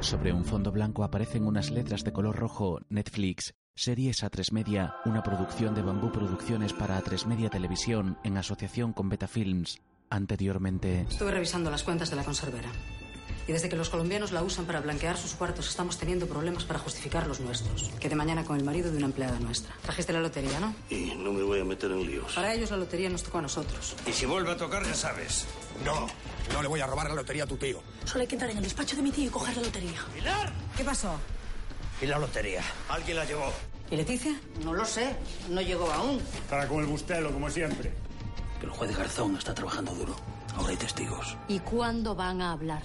Sobre un fondo blanco aparecen unas letras de color rojo, Netflix, series A3 Media, una producción de Bambú Producciones para A3 Media Televisión en asociación con Beta Films. Anteriormente, Estuve revisando las cuentas de la conservera. Y desde que los colombianos la usan para blanquear sus cuartos, estamos teniendo problemas para justificar los nuestros. Quedé mañana con el marido de una empleada nuestra. Trajiste la lotería, ¿no? Y no me voy a meter en líos. Para ellos la lotería nos tocó a nosotros. Y si vuelve a tocar, ya sabes. No, no le voy a robar la lotería a tu tío. Solo hay que entrar en el despacho de mi tío y coger la lotería. ¿Qué pasó? ¿Y la lotería? Alguien la llevó. ¿Y Leticia? No lo sé. No llegó aún. Para con el bustelo, como siempre. Que el juez Garzón está trabajando duro. Ahora hay testigos. ¿Y cuándo van a hablar?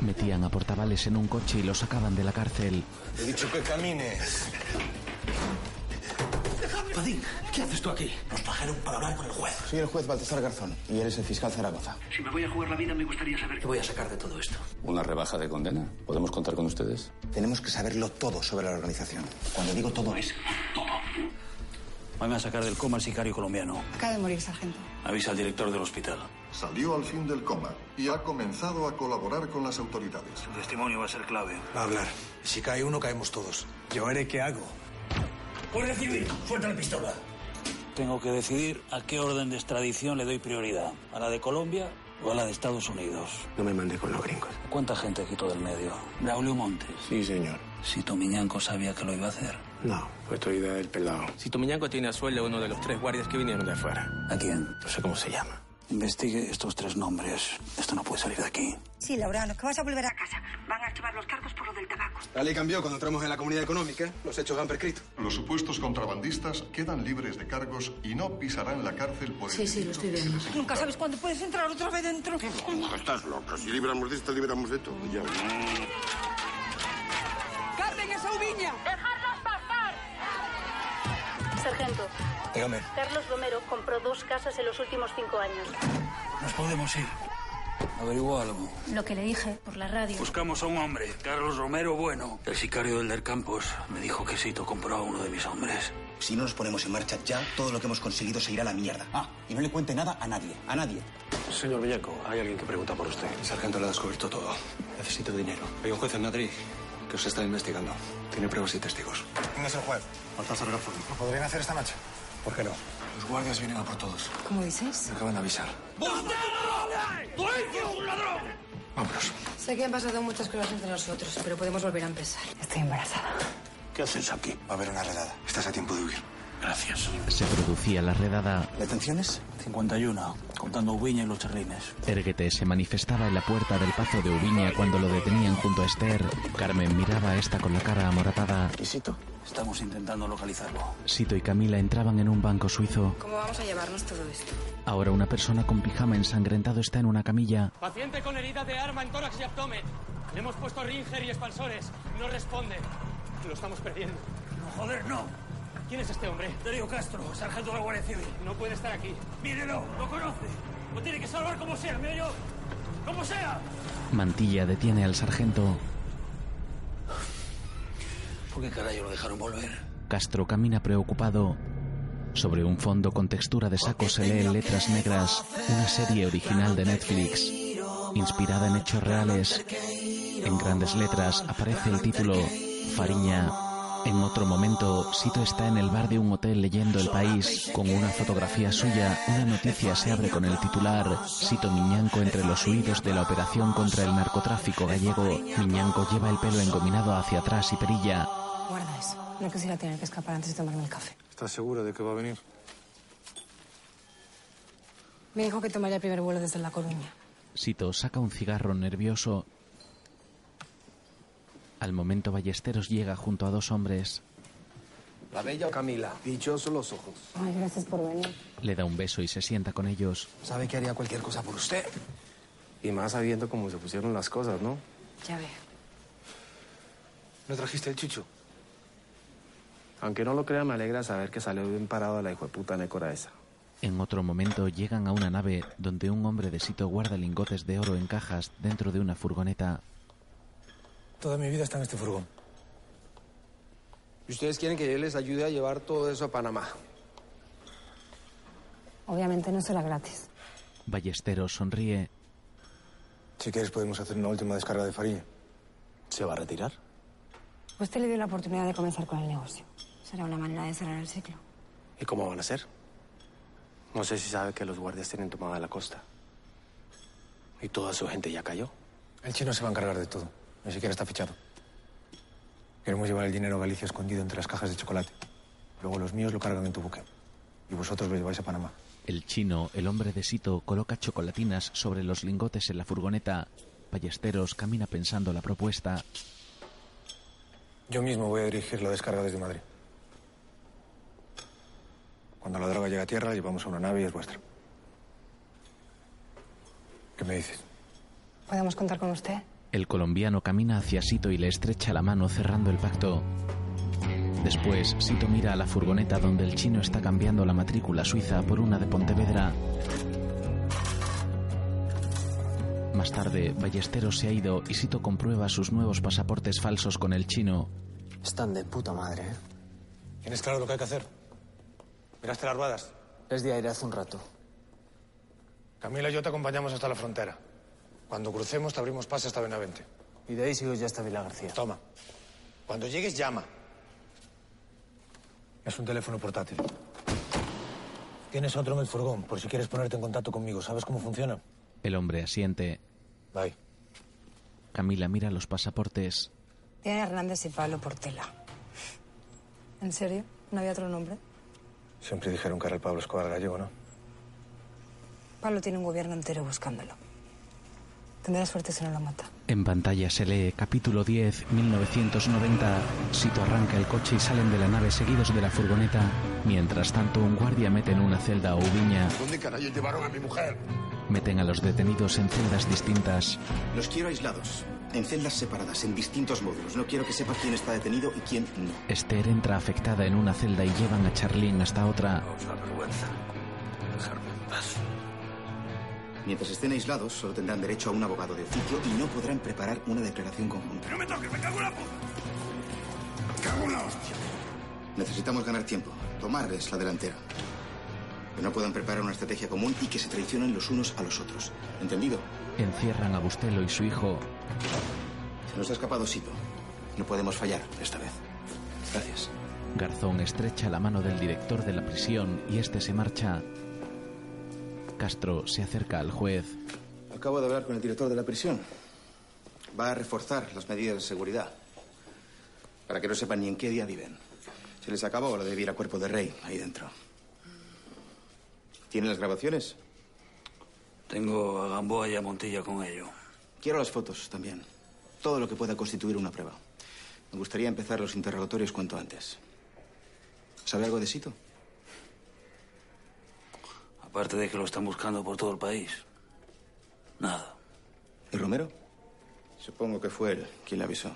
metían a portavales en un coche y los sacaban de la cárcel. He dicho que camines. Padín, ¿qué haces tú aquí? Nos trajeron para hablar con el juez. Soy el juez Baltasar Garzón y eres el fiscal Zaragoza. Si me voy a jugar la vida, me gustaría saber qué voy a sacar de todo esto. ¿Una rebaja de condena? ¿Podemos contar con ustedes? Tenemos que saberlo todo sobre la organización. Cuando digo todo es... Van a sacar del coma al sicario colombiano. Acaba de morir, sargento. Avisa al director del hospital. Salió al fin del coma y ha comenzado a colaborar con las autoridades. Su testimonio va a ser clave. Va a hablar. Si cae uno, caemos todos. ¿Yo haré qué hago? ¡Guardia Civil! ¡Suelta la pistola! Tengo que decidir a qué orden de extradición le doy prioridad. ¿A la de Colombia o a la de Estados Unidos? No me mande con los gringos. ¿Cuánta gente quito del medio? Braulio Montes. Sí, señor. Si Tomiñanco sabía que lo iba a hacer. No, estoy idea del pelado. Si Tomiñanco tiene a sueldo a uno de los tres guardias que vinieron de afuera. ¿A quién? No sé cómo se llama. Investigue estos tres nombres. Esto no puede salir de aquí. Sí, Laurano, que vas a volver a casa. Van a archivar los cargos por lo del tabaco. La ley cambió cuando entramos en la comunidad económica. Los hechos han prescrito. Los supuestos contrabandistas quedan libres de cargos y no pisarán la cárcel por el Sí, sí, lo estoy viendo. Nunca sabes cuándo puedes entrar otra vez dentro. Estás loco. Si libramos de esta, libramos de todo. Ya. ¡Caten esa uviña! ¡Dejarlos pasar! Sargento, Dígame. Carlos Romero compró dos casas en los últimos cinco años. Nos podemos ir. Averigua algo. Lo que le dije por la radio. Buscamos a un hombre, Carlos Romero Bueno. El sicario del Der Campos me dijo que Sito compró a uno de mis hombres. Si no nos ponemos en marcha ya, todo lo que hemos conseguido se irá a la mierda. Ah, y no le cuente nada a nadie. A nadie. Señor Villaco, hay alguien que pregunta por usted. Sargento le ha descubierto todo. Necesito dinero. Hay un juez en Madrid que os está investigando. Tiene pruebas y testigos. ¿Quién es el juez? Baltasar Garzón. ¿Lo podrían hacer esta noche? ¿Por qué no? Los guardias vienen a por todos. ¿Cómo dices? Me acaban de avisar. Vámonos. Sé que han pasado muchas cosas entre nosotros, pero podemos volver a empezar. Estoy embarazada. ¿Qué haces aquí? Va a haber una redada. Estás a tiempo de huir. Gracias. Se producía la redada. ¿Detenciones? 51, contando Ubiña y los charlines. Erguete se manifestaba en la puerta del pazo de Ubiña cuando lo detenían junto a Esther. Carmen miraba a esta con la cara amoratada. Visito. Estamos intentando localizarlo. Sito y Camila entraban en un banco suizo. ¿Cómo vamos a llevarnos todo esto? Ahora una persona con pijama ensangrentado está en una camilla. Paciente con herida de arma en tórax y abdomen. Le hemos puesto ringer y expansores. No responde. Lo estamos perdiendo. No, joder, no. ¿Quién es este hombre? Darío Castro, sargento de la Guardia Civil. No puede estar aquí. Mírelo, lo conoce. Lo tiene que salvar como sea, ¿me yo. ¡Como sea! Mantilla detiene al sargento. ¿Por qué carajo lo dejaron volver? Castro camina preocupado. Sobre un fondo con textura de saco se lee en letras negras una serie original de Netflix, inspirada en hechos reales. En grandes letras aparece el título Fariña. En otro momento, Sito está en el bar de un hotel leyendo El País. Con una fotografía suya, una noticia se abre con el titular Sito Miñanco entre los huidos de la operación contra el narcotráfico gallego. Miñanco lleva el pelo engominado hacia atrás y perilla, Guarda eso. No quisiera tener que escapar antes de tomarme el café. ¿Estás seguro de que va a venir? Me dijo que tomaría el primer vuelo desde La Coruña. Sito saca un cigarro nervioso. Al momento Ballesteros llega junto a dos hombres, La bella Camila. Dichosos los ojos. Ay, gracias por venir. le da un beso y se sienta con ellos. Sabe que haría cualquier cosa por usted. Y más sabiendo cómo se pusieron las cosas, ¿no? Ya veo. ¿No trajiste el chicho? Aunque no lo crea, me alegra saber que salió bien parado de la hijueputa nécora esa. En otro momento llegan a una nave donde un hombre de Sito guarda lingotes de oro en cajas dentro de una furgoneta. Toda mi vida está en este furgón. ¿Y ustedes quieren que yo les ayude a llevar todo eso a Panamá? Obviamente no será gratis. Ballesteros sonríe. Si quieres podemos hacer una última descarga de farina. ¿Se va a retirar? Usted le dio la oportunidad de comenzar con el negocio. Será una manera de cerrar el ciclo. ¿Y cómo van a ser? No sé si sabe que los guardias tienen tomada la costa. Y toda su gente ya cayó. El chino se va a encargar de todo. Ni siquiera está fichado. Queremos llevar el dinero a Galicia escondido entre las cajas de chocolate. Luego los míos lo cargan en tu buque. Y vosotros lo lleváis a Panamá. El chino, el hombre de Sito, coloca chocolatinas sobre los lingotes en la furgoneta. Ballesteros camina pensando la propuesta. Yo mismo voy a dirigir la descarga desde Madrid. Cuando la droga llega a tierra, la llevamos a una nave y es vuestra. ¿Qué me dices? ¿Podemos contar con usted? El colombiano camina hacia Sito y le estrecha la mano cerrando el pacto. Después, Sito mira a la furgoneta donde el chino está cambiando la matrícula suiza por una de Pontevedra. Más tarde, Ballesteros se ha ido y Sito comprueba sus nuevos pasaportes falsos con el chino. Están de puta madre, ¿eh? ¿Tienes claro lo que hay que hacer? ¿Miraste las ruedas? Es de aire hace un rato. Camila y yo te acompañamos hasta la frontera. Cuando crucemos te abrimos pase hasta Benavente. Y de ahí sigo ya hasta Vila García. Toma. Cuando llegues, llama. Es un teléfono portátil. Tienes otro en el furgón, por si quieres ponerte en contacto conmigo. ¿Sabes cómo funciona? El hombre asiente. Bye. Camila mira los pasaportes. Tiene Hernández y Pablo Portela. ¿En serio? ¿No había otro nombre? Siempre dijeron que era el Pablo Escobar gallego, ¿no? Pablo tiene un gobierno entero buscándolo. Tendrá suerte si no lo mata. En pantalla se lee capítulo 10, 1990. Sito arranca el coche y salen de la nave seguidos de la furgoneta. Mientras tanto, un guardia mete en una celda o viña. ¿Dónde carajo llevaron a mi mujer? Meten a los detenidos en celdas distintas. Los quiero aislados, en celdas separadas, en distintos módulos. No quiero que sepa quién está detenido y quién no. Esther entra afectada en una celda y llevan a Charlene hasta otra. Os da vergüenza. Dejarme en paz. Mientras estén aislados, solo tendrán derecho a un abogado de oficio y no podrán preparar una declaración conjunta. ¡No me toques! ¡Me cago en la puta! ¡Me cago en la hostia! Necesitamos ganar tiempo, tomarles la delantera. Que no puedan preparar una estrategia común y que se traicionen los unos a los otros. ¿Entendido? Encierran a Bustelo y su hijo. Se nos ha escapado Sito. No podemos fallar esta vez. Gracias. Garzón estrecha la mano del director de la prisión y este se marcha. Castro se acerca al juez. Acabo de hablar con el director de la prisión. Va a reforzar las medidas de seguridad. Para que no sepan ni en qué día viven. Se les acabó lo de vivir a cuerpo de rey ahí dentro. ¿Tienen las grabaciones? Tengo a Gamboa y a Montilla con ello. Quiero las fotos también. Todo lo que pueda constituir una prueba. Me gustaría empezar los interrogatorios cuanto antes. ¿Sabe algo de Sito? Aparte de que lo están buscando por todo el país. Nada. ¿Y Romero? Supongo que fue él quien le avisó.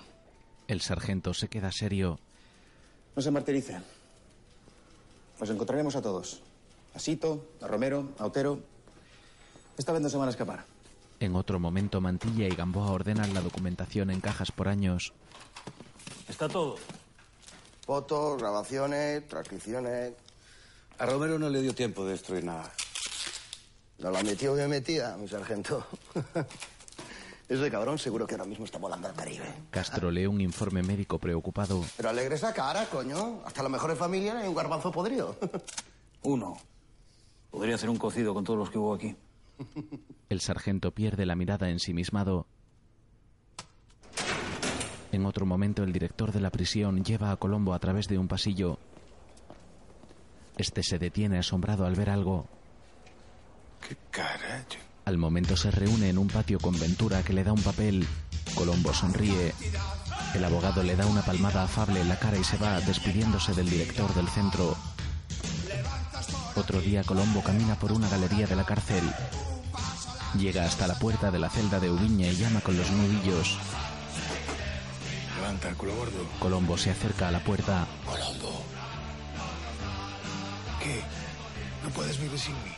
El sargento se queda serio. No se martirice. Nos encontraremos a todos. A Sito, a Romero, a Otero. Esta vez no se van a escapar. En otro momento, Mantilla y Gamboa ordenan la documentación en cajas por años. Está todo. Fotos, grabaciones, transcripciones. A Romero no le dio tiempo de destruir nada. No la metió bien metida, mi sargento. Ese cabrón seguro que ahora mismo está volando al Caribe. Castro lee un informe médico preocupado. Pero alegre esa cara, coño. Hasta las mejores familias hay un garbanzo podrido. Uno. Podría hacer un cocido con todos los que hubo aquí. El sargento pierde la mirada ensimismado. En otro momento, el director de la prisión lleva a Colombo a través de un pasillo. Este se detiene asombrado al ver algo. ¿Qué carajo? Al momento se reúne en un patio con Ventura que le da un papel. Colombo sonríe. El abogado le da una palmada afable en la cara y se va despidiéndose del director del centro. Otro día Colombo camina por una galería de la cárcel. Llega hasta la puerta de la celda de Ubiña y llama con los nudillos. Levanta el culo gordo. Colombo se acerca a la puerta. Colombo. ¿Qué? No puedes vivir sin mí.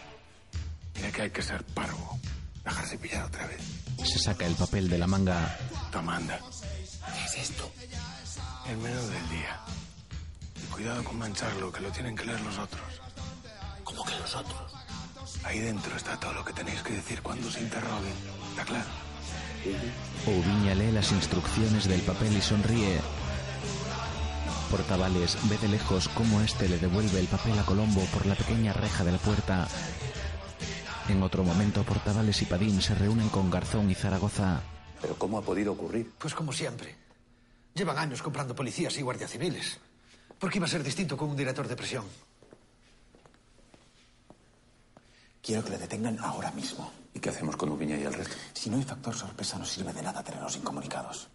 Mira que hay que ser parvo. Dejarse pillar otra vez. Se saca el papel de la manga. Toma, anda. ¿Qué es esto? El menú del día. Y cuidado con mancharlo, que lo tienen que leer los otros. ¿Cómo que los otros? Ahí dentro está todo lo que tenéis que decir cuando os interroguen. ¿Está claro? Ubiña lee las instrucciones del papel y sonríe. Portavales ve de lejos cómo este le devuelve el papel a Colombo por la pequeña reja de la puerta. En otro momento, Portavales y Padín se reúnen con Garzón y Zaragoza. ¿Pero cómo ha podido ocurrir? Pues como siempre. Llevan años comprando policías y guardias civiles. ¿Por qué iba a ser distinto con un director de prisión? Quiero que le detengan ahora mismo. ¿Y qué hacemos con Ubiña y el resto? Si no hay factor sorpresa, no sirve de nada tenernos incomunicados.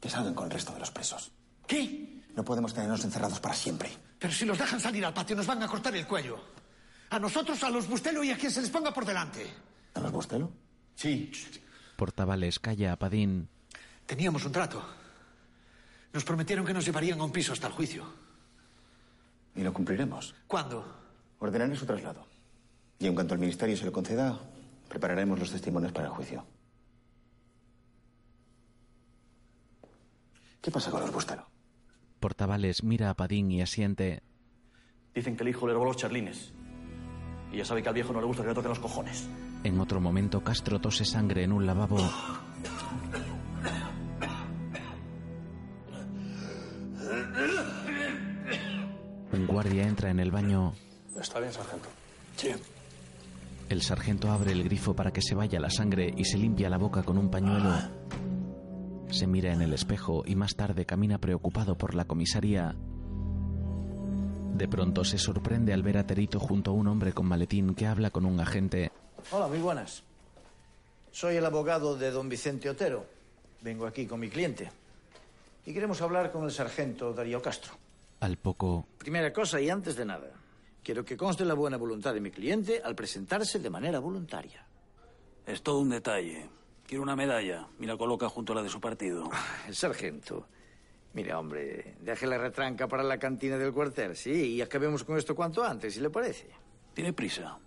Que salgan con el resto de los presos. ¿Qué? No podemos tenernos encerrados para siempre. Pero si los dejan salir al patio, nos van a cortar el cuello. A nosotros, a los Bustelo y a quien se les ponga por delante. ¿A los Bustelo? Sí. Portavales calla a Padín. Teníamos un trato. Nos prometieron que nos llevarían a un piso hasta el juicio. Y lo cumpliremos. ¿Cuándo? Ordenaré su traslado. Y en cuanto el ministerio se lo conceda, prepararemos los testimonios para el juicio. ¿Qué pasa con los Bustelo? Portavales mira a Padín y asiente. Dicen que el hijo le robó los charlines. Y ya sabe que al viejo no le gusta que le toquen los cojones. En otro momento, Castro tose sangre en un lavabo. Un guardia entra en el baño. Está bien, sargento. Sí. El sargento abre el grifo para que se vaya la sangre y se limpia la boca con un pañuelo. Se mira en el espejo y más tarde camina preocupado por la comisaría. De pronto se sorprende al ver a Terito junto a un hombre con maletín que habla con un agente. Hola, muy buenas. Soy el abogado de don Vicente Otero. Vengo aquí con mi cliente. Y queremos hablar con el sargento Darío Castro. Al poco, Primera cosa y antes de nada, quiero que conste la buena voluntad de mi cliente al presentarse de manera voluntaria. Es todo un detalle. Quiere una medalla y la coloca junto a la de su partido. El sargento. Mira, hombre, deje la retranca para la cantina del cuartel, sí, y acabemos con esto cuanto antes, si le parece. Tiene prisa.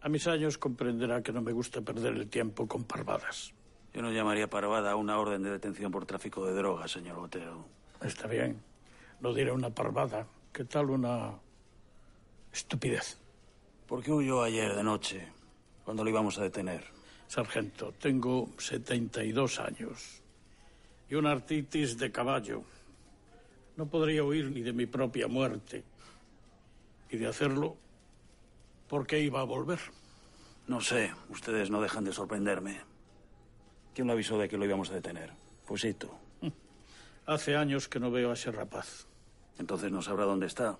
A mis años comprenderá que no me gusta perder el tiempo con parvadas. Yo no llamaría parvada a una orden de detención por tráfico de drogas, señor Botero. Está bien. No diré una parvada. ¿Qué tal una estupidez? ¿Por qué huyó ayer de noche, cuando lo íbamos a detener? Sargento, tengo 72 años y una artritis de caballo. No podría huir ni de mi propia muerte. Y de hacerlo, ¿por qué iba a volver? No sé, ustedes no dejan de sorprenderme. ¿Quién lo avisó de que lo íbamos a detener? Fusito. Hace años que no veo a ese rapaz. Entonces no sabrá dónde está.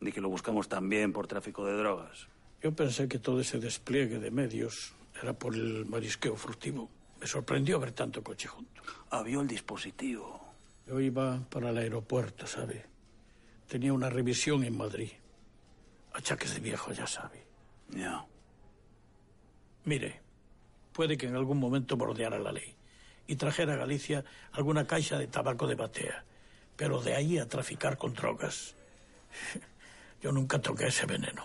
Ni que lo buscamos también por tráfico de drogas. Yo pensé que todo ese despliegue de medios era por el marisqueo furtivo. Me sorprendió ver tanto coche junto. Había el dispositivo. Yo iba para el aeropuerto, ¿sabe? Tenía una revisión en Madrid. Achaques de viejo, ya sabe. Ya. Mire, puede que en algún momento bordeara la ley y trajera a Galicia alguna caixa de tabaco de batea, pero de ahí a traficar con drogas. Yo nunca toqué ese veneno.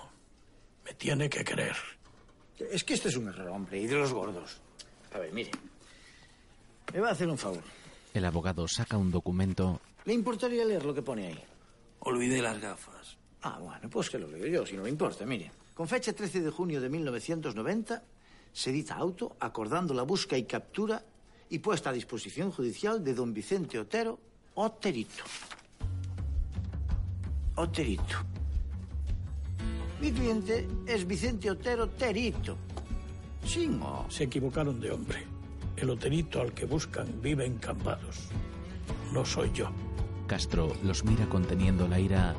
Me tiene que creer. Es que este es un error, hombre, y de los gordos. A ver, mire. Me va a hacer un favor. el abogado saca un documento. ¿Le importaría leer lo que pone ahí? Olvidé las gafas. Ah, bueno, pues que lo leo yo, si no le importa, mire. Con fecha 13 de junio de 1990 se edita auto acordando la busca y captura y puesta a disposición judicial de don Vicente Otero, Oterito. Oterito. Mi cliente es Vicente Otero Terito. Sin O. Se equivocaron de hombre. El hotelito al que buscan vive en Cambados. No soy yo. Castro los mira conteniendo la ira.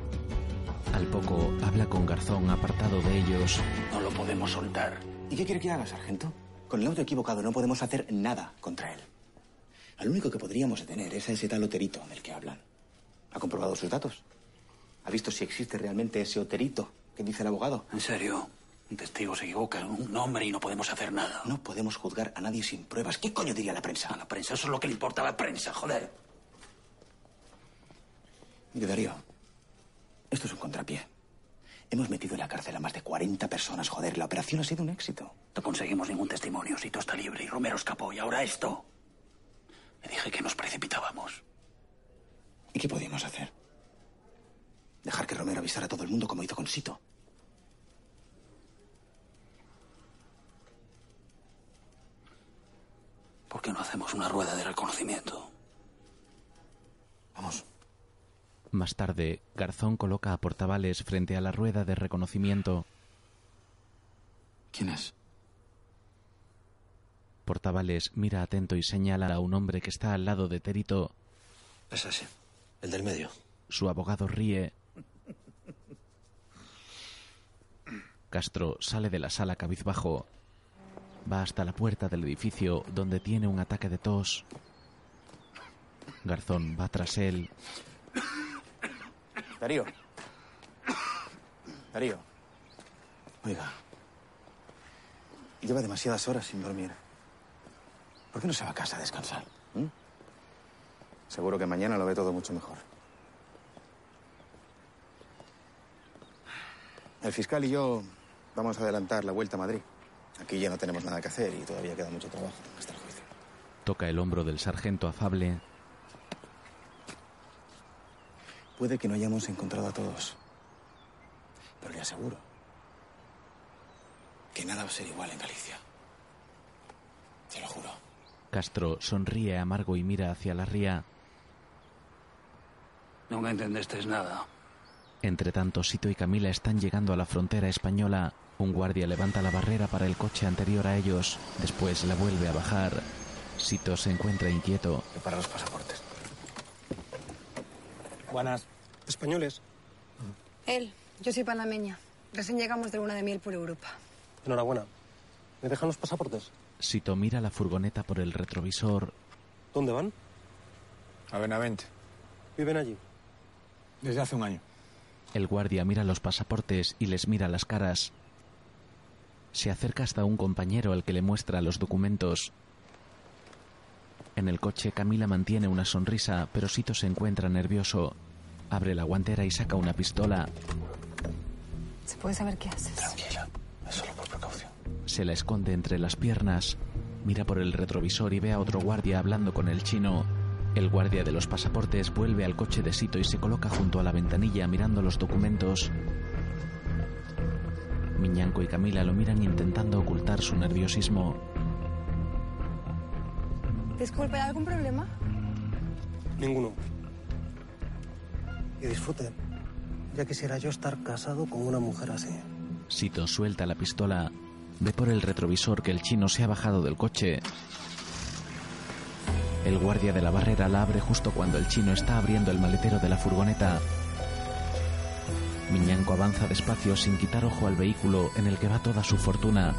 Al poco habla con Garzón apartado de ellos. No lo podemos soltar. ¿Y qué quiere que haga, sargento? Con el auto equivocado no podemos hacer nada contra él. Al único que podríamos detener es a ese tal Oterito del que hablan. ¿Ha comprobado sus datos? ¿Ha visto si existe realmente ese Oterito que dice el abogado? En serio, un testigo se equivoca, un nombre y no podemos hacer nada. No podemos juzgar a nadie sin pruebas. ¿Qué coño diría la prensa? A la prensa, eso es lo que le importa a la prensa, joder. Mire, Darío, esto es un contrapié. Hemos metido en la cárcel a más de 40 personas, joder. La operación ha sido un éxito. No conseguimos ningún testimonio, Sito está libre y Romero escapó y ahora esto. Le dije que nos precipitábamos. ¿Y qué podíamos hacer? Dejar que Romero avisara a todo el mundo como hizo con Sito. ¿Por qué no hacemos una rueda de reconocimiento? Vamos. Más tarde, Garzón coloca a Portavales frente a la rueda de reconocimiento. ¿Quién es? Portavales mira atento y señala a un hombre que está al lado de Terito. Es ese, el del medio. Su abogado ríe. Castro sale de la sala cabizbajo. Va hasta la puerta del edificio donde tiene un ataque de tos. Garzón va tras él. Darío. Darío. Oiga, lleva demasiadas horas sin dormir. ¿Por qué no se va a casa a descansar? ¿Mm? Seguro que mañana lo ve todo mucho mejor. El fiscal y yo vamos a adelantar la vuelta a Madrid. Aquí ya no tenemos nada que hacer y todavía queda mucho trabajo hasta el juicio. Toca el hombro del sargento afable. Puede que no hayamos encontrado a todos. Pero le aseguro que nada va a ser igual en Galicia. Se lo juro. Castro sonríe amargo y mira hacia la ría. Nunca entendestes nada. Entre tanto, Sito y Camila están llegando a la frontera española. Un guardia levanta la barrera para el coche anterior a ellos. Después la vuelve a bajar. Sito se encuentra inquieto. Para los pasaportes. Buenas. Españoles. Él, yo soy panameña. Recién llegamos de luna de miel por Europa. Enhorabuena. ¿Me dejan los pasaportes? Sito mira la furgoneta por el retrovisor. ¿Dónde van? A Benavente. ¿Viven allí? Desde hace un año. El guardia mira los pasaportes y les mira las caras. Se acerca hasta un compañero al que le muestra los documentos. En el coche Camila mantiene una sonrisa, pero Sito se encuentra nervioso. Abre la guantera y saca una pistola. ¿Se puede saber qué haces? Tranquila, es solo por precaución. Se la esconde entre las piernas. Mira por el retrovisor y ve a otro guardia hablando con el chino. El guardia de los pasaportes vuelve al coche de Sito y se coloca junto a la ventanilla mirando los documentos. Miñanco y Camila lo miran intentando ocultar su nerviosismo. Disculpe, ¿hay algún problema? Ninguno. Y disfruten. Ya quisiera yo estar casado con una mujer así. Sito suelta la pistola. Ve por el retrovisor que el chino se ha bajado del coche. El guardia de la barrera la abre justo cuando el chino está abriendo el maletero de la furgoneta. Miñanco avanza despacio sin quitar ojo al vehículo en el que va toda su fortuna.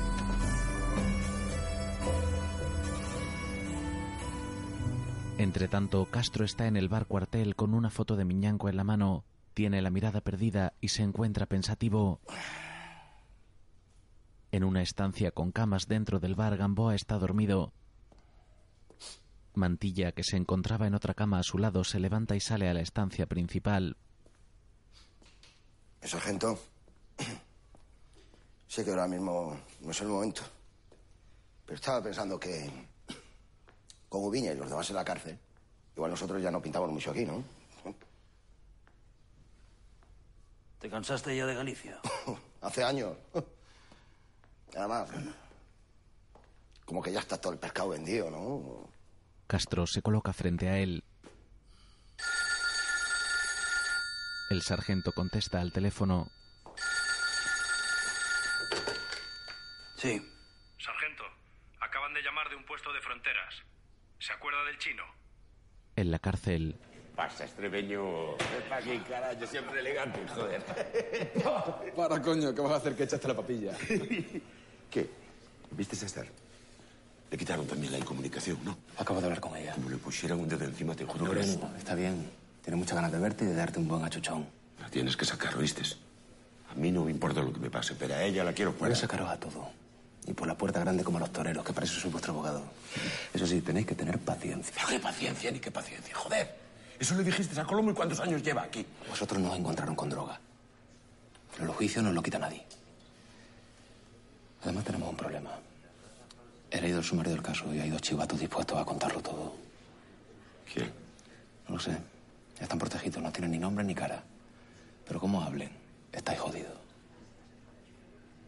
Entre tanto, Castro está en el bar cuartel con una foto de Miñanco en la mano. Tiene la mirada perdida y se encuentra pensativo. En una estancia con camas dentro del bar, Gamboa está dormido. Mantilla, que se encontraba en otra cama a su lado, se levanta y sale a la estancia principal. Eh, Sargento, sé que ahora mismo no es el momento. Pero estaba pensando que con Ubiña y los demás en la cárcel, igual nosotros ya no pintamos mucho aquí, ¿no? ¿Te cansaste ya de Galicia? Hace años. Además, ¿eh? como que ya está todo el pescado vendido, ¿no? Castro se coloca frente a él. El sargento contesta al teléfono. Sí. Sargento, acaban de llamar de un puesto de fronteras. ¿Se acuerda del chino? En la cárcel, Pasa, estrebeño. Ven pa' aquí, carajo, siempre elegante, joder. Ah, Para, coño, ¿qué vas a hacer que echaste la papilla? ¿Qué? ¿Viste a Esther? Le quitaron también la incomunicación, ¿no? Acabo de hablar con ella. Como le pusieran un dedo encima, te juro que Lorenzo, les- está bien. Tiene muchas ganas de verte y de darte un buen achuchón. La tienes que sacar, ¿oíste? A mí no me importa lo que me pase, pero a ella la quiero fuera. Voy a sacaros a todo. Y por la puerta grande como a los toreros, que para eso soy vuestro abogado. Eso sí, tenéis que tener paciencia. Pero qué paciencia, ni qué paciencia, joder. Eso le dijiste a Colombo y cuántos años lleva aquí. Vosotros nos encontraron con droga. Pero los juicios no los quita nadie. Además tenemos un problema. He leído el sumario del caso y hay dos chivatos dispuestos a contarlo todo. ¿Quién? No lo sé. Están protegidos, no tienen ni nombre ni cara. Pero como hablen, estáis jodidos.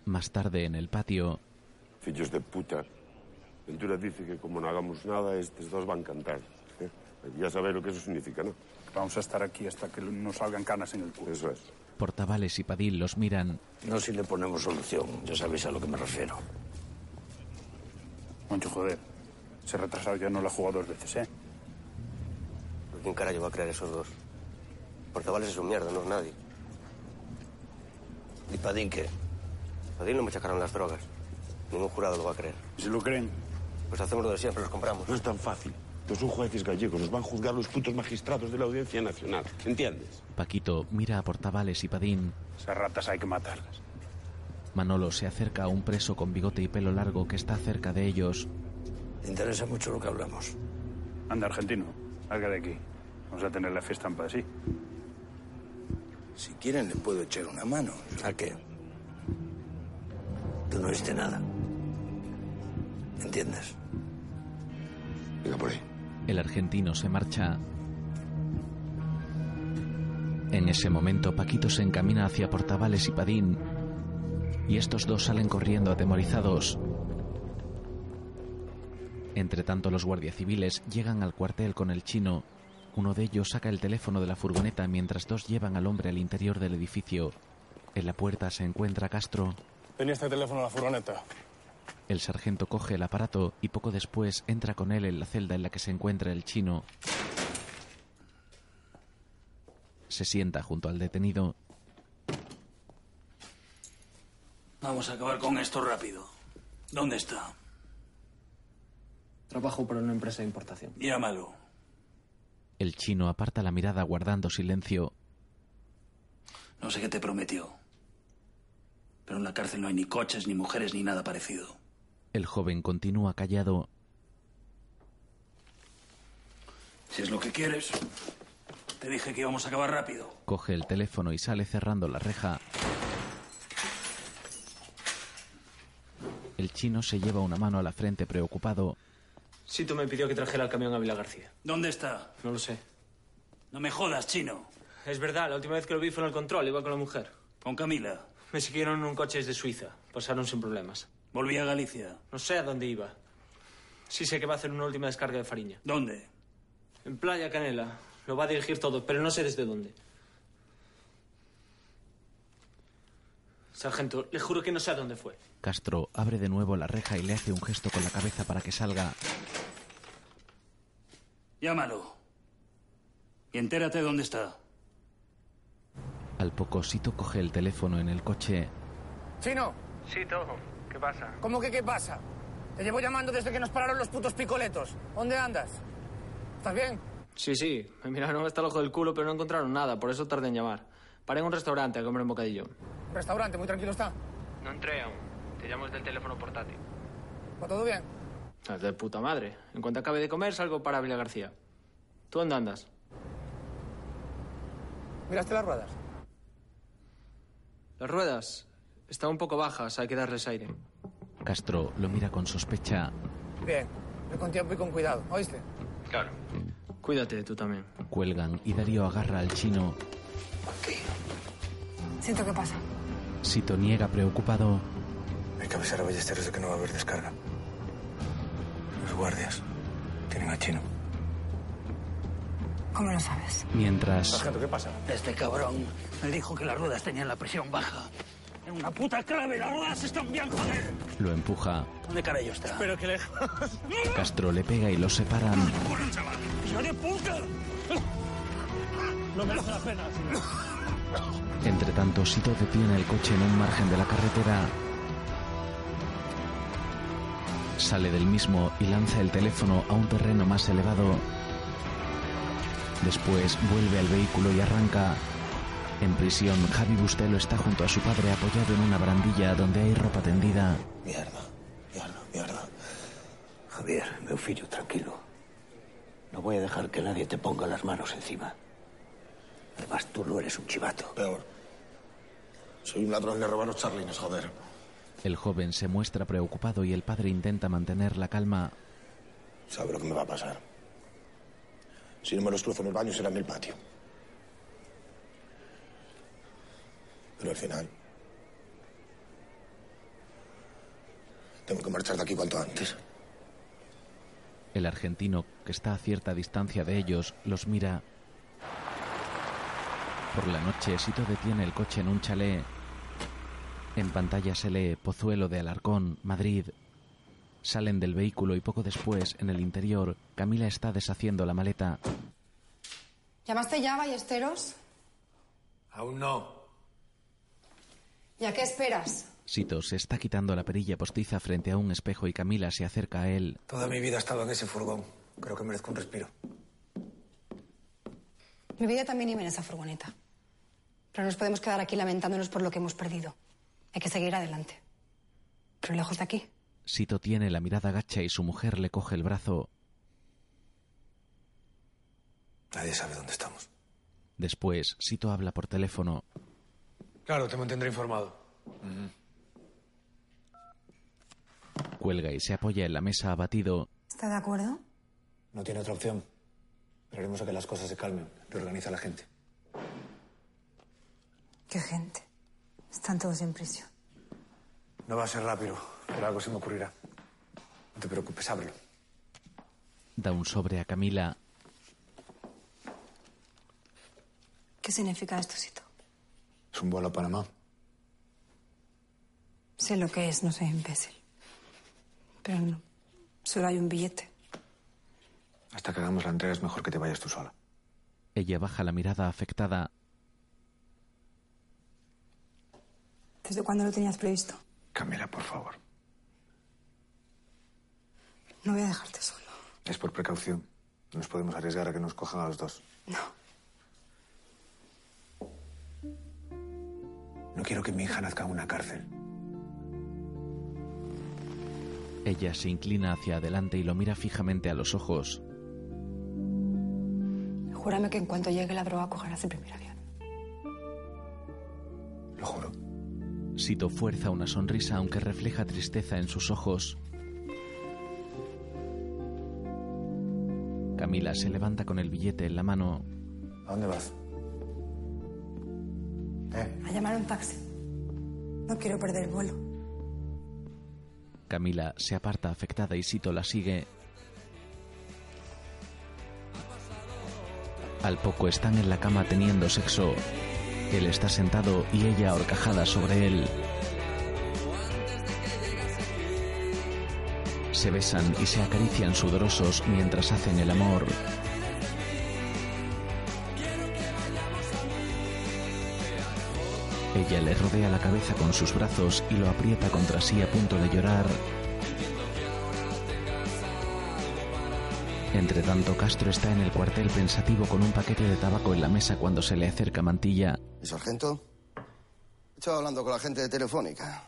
más tarde en el patio, Fillos de puta. Ventura dice que como no hagamos nada, estos dos van a cantar. ¿eh? Ya sabéis lo que eso significa, ¿no? Vamos a estar aquí hasta que nos salgan canas en el culo. Eso es. Portavales y Padil los miran. No si le ponemos solución, ya sabéis a lo que me refiero. Moncho, joder. Ese retrasado ya no la ha jugado dos veces, ¿eh? ¿Quién carajo va a creer esos dos? Portavales es un mierda, no es nadie. ¿Y Padín qué? Padín no me sacaron las drogas. Ningún jurado lo va a creer. Si lo creen, Pues hacemos lo de siempre, los compramos. No es tan fácil. No son jueces gallegos, los van a juzgar los putos magistrados de la Audiencia Nacional. ¿Entiendes? Paquito mira a Portavales y Padín. esas ratas hay que matarlas. Manolo se acerca a un preso con bigote y pelo largo que está cerca de ellos. Te interesa mucho lo que hablamos. Anda, argentino, salga de aquí. Vamos a tener la fiesta en paz, sí. Si quieren, le puedo echar una mano. ¿A qué? Tú no viste nada. ¿Entiendes? Venga por ahí. El argentino se marcha. En ese momento, Paquito se encamina hacia Portavales y Padín. Y estos dos salen corriendo atemorizados. Entre tanto, los guardias civiles llegan al cuartel con el chino. Uno de ellos saca el teléfono de la furgoneta mientras dos llevan al hombre al interior del edificio. En la puerta se encuentra Castro. Tenía este teléfono en la furgoneta. El sargento coge el aparato y poco después entra con él en la celda en la que se encuentra el chino. Se sienta junto al detenido. Vamos a acabar con esto rápido. ¿Dónde está? Trabajo para una empresa de importación. Llámalo. El chino aparta la mirada guardando silencio. No sé qué te prometió. Pero en la cárcel no hay ni coches, ni mujeres, ni nada parecido. El joven continúa callado. Si es lo que quieres. Te dije que íbamos a acabar rápido. Coge el teléfono y sale cerrando la reja. El chino se lleva una mano a la frente preocupado. Sito me pidió que trajera el camión a Vila García. ¿Dónde está? No lo sé. No me jodas, chino. Es verdad, la última vez que lo vi fue en el control, iba con la mujer. ¿Con Camila? Me siguieron en un coche desde Suiza. Pasaron sin problemas. ¿Volví a Galicia? No sé a dónde iba. Sí sé que va a hacer una última descarga de fariña. ¿Dónde? En Playa Canela. Lo va a dirigir todo, pero no sé desde dónde. Sargento, le juro que no sé a dónde fue. Castro abre de nuevo la reja y le hace un gesto con la cabeza para que salga. Llámalo. Y entérate dónde está. Al poco, Sito coge el teléfono en el coche. Chino, Sí, todo. ¿Qué pasa? ¿cómo que qué pasa? Te llevo llamando desde que nos pararon los putos picoletos. ¿Dónde andas? ¿Estás bien? Sí, sí. Me miraron hasta el ojo del culo, pero no encontraron nada, por eso tardé en llamar. Paré en un restaurante a comer un bocadillo. Restaurante, muy tranquilo está. No entré aún. Te llamo desde el teléfono portátil. ¿Va todo bien? Es de puta madre. En cuanto acabe de comer, salgo para Villa García. ¿Tú dónde andas? ¿Miraste las ruedas? Las ruedas están un poco bajas, hay que darles aire. Castro lo mira con sospecha. Bien. Ve con tiempo y con cuidado, ¿oíste? Claro. Cuídate, tú también. Cuelgan y Darío agarra al chino. Siento que pasa. Sito niega preocupado. Hay que avisar a Ballesteros de que no va a haber descarga. Los guardias tienen a Chino. ¿Cómo lo sabes? Mientras. ¿qué pasa? Este cabrón me dijo que las ruedas tenían la presión baja. En una puta clave, las ruedas están bien, joder. Lo empuja. ¿Dónde carajo está? Espero que le... Castro le pega y los separan. ¡Hijo de puta! No merece la pena, señor. Entre tanto, Sito detiene el coche en un margen de la carretera. Sale del mismo y lanza el teléfono a un terreno más elevado. Después vuelve al vehículo y arranca. En prisión, Javi Bustelo está junto a su padre apoyado en una barandilla donde hay ropa tendida. Mierda, mierda, mierda. Javier, meu fillo, tranquilo. No voy a dejar que nadie te ponga las manos encima. Además, tú no eres un chivato. Peor. Soy un ladrón de robar los charlines, joder. El joven se muestra preocupado y el padre intenta mantener la calma. ¿Sabe lo que me va a pasar? Si no me los cruzo en el baño, será en el patio. Pero al final... Tengo que marchar de aquí cuanto antes. El argentino, que está a cierta distancia de ellos, los mira. Por la noche, Sito detiene el coche en un chalet. En pantalla se lee Pozuelo de Alarcón, Madrid. Salen del vehículo y poco después, en el interior, Camila está deshaciendo la maleta. ¿Llamaste ya, Ballesteros? Aún no. ¿Y a qué esperas? Sito se está quitando la perilla postiza frente a un espejo y Camila se acerca a él. Toda mi vida he estado en ese furgón. Creo que merezco un respiro. Mi vida también iba en esa furgoneta. Pero no nos podemos quedar aquí lamentándonos por lo que hemos perdido. Hay que seguir adelante. Pero lejos de aquí. Sito tiene la mirada gacha y su mujer le coge el brazo. Nadie sabe dónde estamos. Después, Sito habla por teléfono. Claro, te mantendré informado. Cuelga y se apoya en la mesa abatido. ¿Está de acuerdo? No tiene otra opción. Esperaremos a que las cosas se calmen. Reorganiza a la gente. Qué gente. Están todos en prisión. No va a ser rápido, pero algo se me ocurrirá. No te preocupes, ábrelo. Da un sobre a Camila. ¿Qué significa esto, Sito? Es un vuelo a Panamá. Sé lo que es, no soy imbécil. Pero no. Solo hay un billete. Hasta que hagamos la entrega es mejor que te vayas tú sola. Ella baja la mirada afectada. ¿Desde cuándo lo tenías previsto? Camila, por favor. No voy a dejarte solo. Es por precaución. No nos podemos arriesgar a que nos cojan a los dos. No. No quiero que mi hija nazca en una cárcel. Ella se inclina hacia adelante y lo mira fijamente a los ojos. Júrame que en cuanto llegue la droga cogerás el primer avión. Lo juro. Sito fuerza una sonrisa aunque refleja tristeza en sus ojos. Camila se levanta con el billete en la mano. ¿A dónde vas? A llamar a un taxi. No quiero perder el vuelo. Camila se aparta afectada y Sito la sigue. Al poco están en la cama teniendo sexo. Él está sentado y ella horcajada sobre él. Se besan y se acarician sudorosos mientras hacen el amor. Ella le rodea la cabeza con sus brazos y lo aprieta contra sí a punto de llorar. Entre tanto, Castro está en el cuartel pensativo con un paquete de tabaco en la mesa cuando se le acerca Mantilla. ¿Y Eh, sargento? He estado hablando con la gente de Telefónica.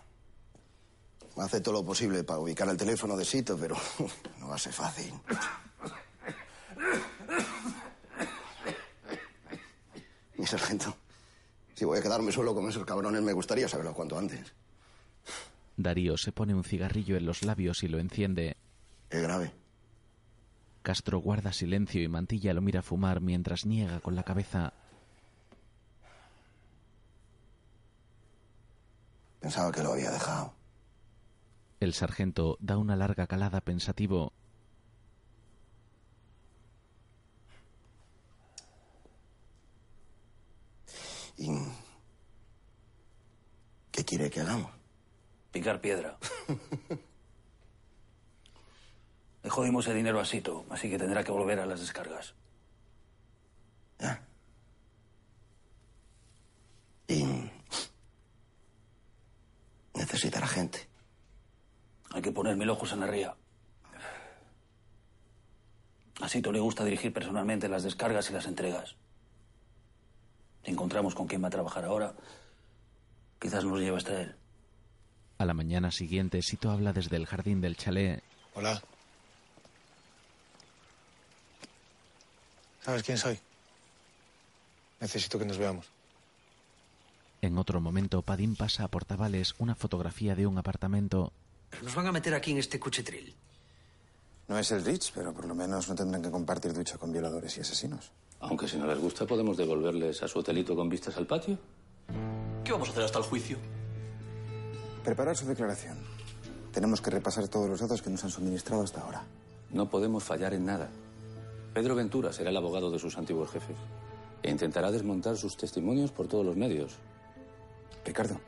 Hace todo lo posible para ubicar el teléfono de Sito, pero no va a ser fácil. Mi sargento, si voy a quedarme solo con esos cabrones, me gustaría saberlo cuanto antes. Darío se pone un cigarrillo en los labios y lo enciende. Es grave. Castro guarda silencio y Mantilla lo mira fumar mientras niega con la cabeza. Pensaba que lo había dejado. El sargento da una larga calada pensativo. ¿Y qué quiere que hagamos? Picar piedra. Le jodimos el dinero a Sito, así que tendrá que volver a las descargas. Y necesitará gente. Hay que poner mil ojos en la ría. A Sito le gusta dirigir personalmente las descargas y las entregas. Si encontramos con quién va a trabajar ahora, quizás nos lleve hasta él. A la mañana siguiente, Sito habla desde el jardín del chalet. Hola. ¿Sabes quién soy? Necesito que nos veamos. En otro momento, Padín pasa a Portavales una fotografía de un apartamento. Nos van a meter aquí en este cuchitril. No es el Rich, pero por lo menos no tendrán que compartir ducha con violadores y asesinos. Aunque si no les gusta, podemos devolverles a su hotelito con vistas al patio. ¿Qué vamos a hacer hasta el juicio? Preparar su declaración. Tenemos que repasar todos los datos que nos han suministrado hasta ahora. No podemos fallar en nada. Pedro Ventura será el abogado de sus antiguos jefes e intentará desmontar sus testimonios por todos los medios. Ricardo.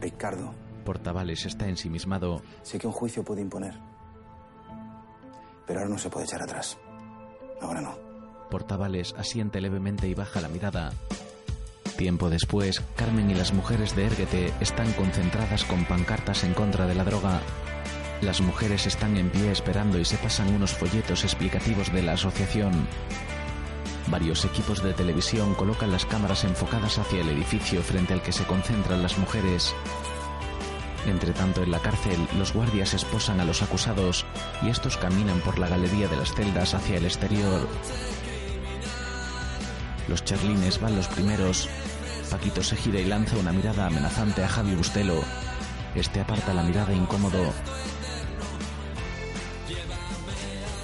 Ricardo. Portavales está ensimismado. Sé que un juicio puede imponer. Pero ahora no se puede echar atrás. Ahora no. Portavales asiente levemente y baja la mirada. Tiempo después, Carmen y las mujeres de Erguete están concentradas con pancartas en contra de la droga. Las mujeres están en pie esperando y se pasan unos folletos explicativos de la asociación. Varios equipos de televisión colocan las cámaras enfocadas hacia el edificio frente al que se concentran las mujeres. Entre tanto, en la cárcel, los guardias esposan a los acusados y estos caminan por la galería de las celdas hacia el exterior. Los charlines van los primeros. Paquito se gira y lanza una mirada amenazante a Javi Bustelo. Este aparta la mirada incómodo.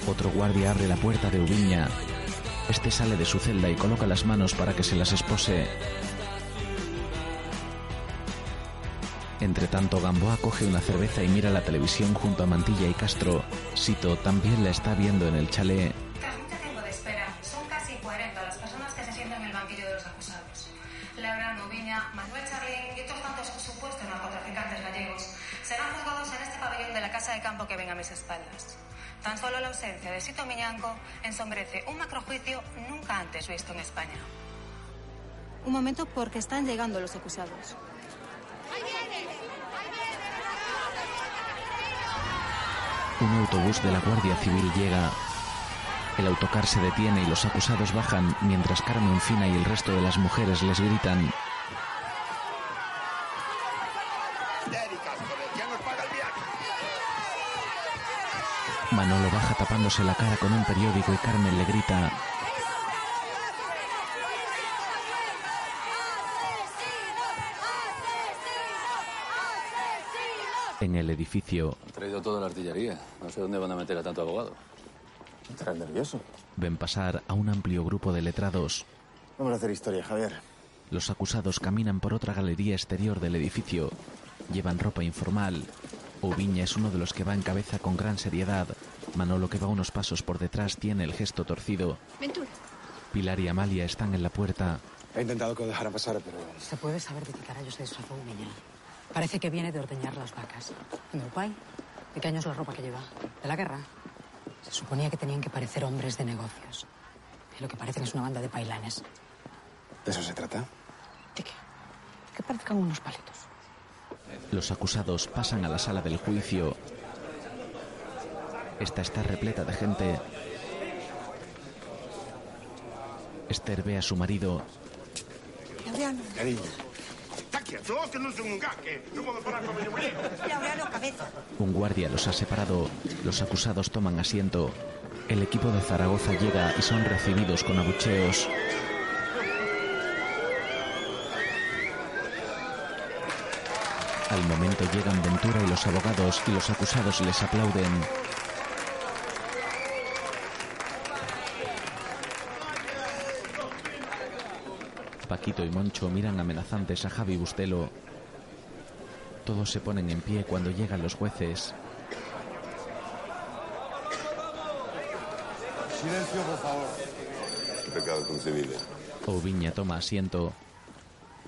Otro guardia abre la puerta de Ubiña. Este sale de su celda y coloca las manos para que se las espose. Entre tanto, Gamboa coge una cerveza y mira la televisión junto a Mantilla y Castro. Sito también la está viendo en el chalet. Tras mucho tiempo de espera, son casi 40 las personas que se sientan en el banquillo de los acusados. Laura Nubiña, Manuel Charlín y otros tantos supuestos narcotraficantes gallegos serán juzgados en este pabellón de la casa de campo que ven a mis espaldas. Tan solo la ausencia de Sito Miñanco ensombrece un macrojuicio nunca antes visto en España. Un momento porque están llegando los acusados. Un autobús de la Guardia Civil llega. El autocar se detiene y los acusados bajan mientras Carmen Fina y el resto de las mujeres les gritan. Manolo baja tapándose la cara con un periódico y Carmen le grita. En el edificio, Han traído toda la artillería. No sé dónde van a meter a tanto abogado. Estarás nervioso. ven pasar a un amplio grupo de letrados. Vamos a hacer historia, Javier. Los acusados caminan por otra galería exterior del edificio. Llevan ropa informal. Oviña es uno de los que va en cabeza con gran seriedad. Manolo, que va unos pasos por detrás, tiene el gesto torcido. Ventura. Pilar y Amalia están en la puerta. He intentado que lo dejara pasar, pero... ¿Se puede saber de qué carayos se disfrazó Ubiña? Parece que viene de ordeñar las vacas. ¿En Uruguay? ¿De qué año es la ropa que lleva? ¿De la guerra? Se suponía que tenían que parecer hombres de negocios. Y lo que parecen es una banda de pailanes. ¿De eso se trata? Que parezcan unos paletos. Los acusados pasan a la sala del juicio. Esta está repleta de gente. Esther ve a su marido. Laureano, Cariño. está quieto, que non son un gaque. Non vou parar con o meu Laureano, cabeza. Un guardia los ha separado. Los acusados toman asiento. El equipo de Zaragoza llega y son recibidos con abucheos. Al momento llegan Ventura y los abogados y los acusados les aplauden. Paquito y Moncho miran amenazantes a Javi Bustelo. Todos se ponen en pie cuando llegan los jueces. Silencio, por favor. Pecado concebible. Oviña toma asiento.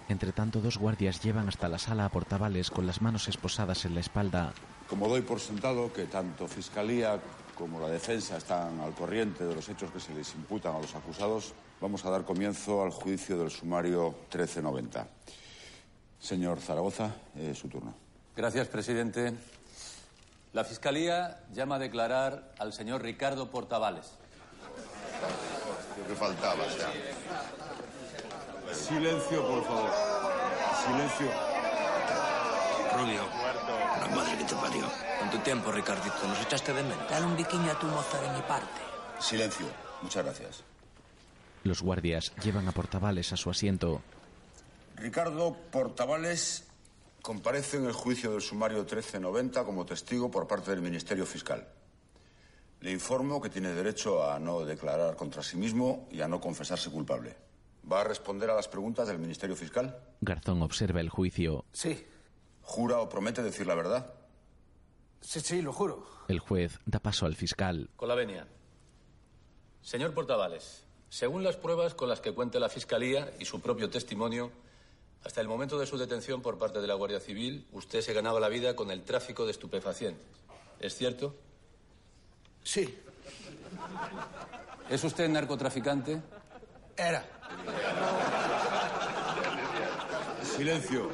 Entre tanto, dos guardias llevan hasta la sala a portavales con las manos esposadas en la espalda. Como doy por sentado que tanto Fiscalía como la defensa están al corriente de los hechos que se les imputan a los acusados, vamos a dar comienzo al juicio del sumario 1390. Señor Zaragoza, es su turno. Gracias, presidente. La Fiscalía llama a declarar al señor Ricardo Portavales. Lo que faltaba ya. Silencio, por favor. Silencio. Rubio. La madre que te parió. Tanto tiempo, Ricardito. Nos echaste de menos. Dale un biquiño a tu moza de mi parte. Silencio. Muchas gracias. Los guardias llevan a portavales a su asiento. Ricardo Portavales comparece en el juicio del sumario 1390 como testigo por parte del Ministerio Fiscal. Le informo que tiene derecho a no declarar contra sí mismo y a no confesarse culpable. ¿Va a responder a las preguntas del Ministerio Fiscal? Garzón observa el juicio. Sí. ¿Jura o promete decir la verdad? Sí, sí, lo juro. El juez da paso al fiscal. Con la venia. Señor Portavales, según las pruebas con las que cuenta la Fiscalía y su propio testimonio, hasta el momento de su detención por parte de la Guardia Civil, usted se ganaba la vida con el tráfico de estupefacientes. ¿Es cierto? Sí. ¿Es usted narcotraficante? Era. Silencio.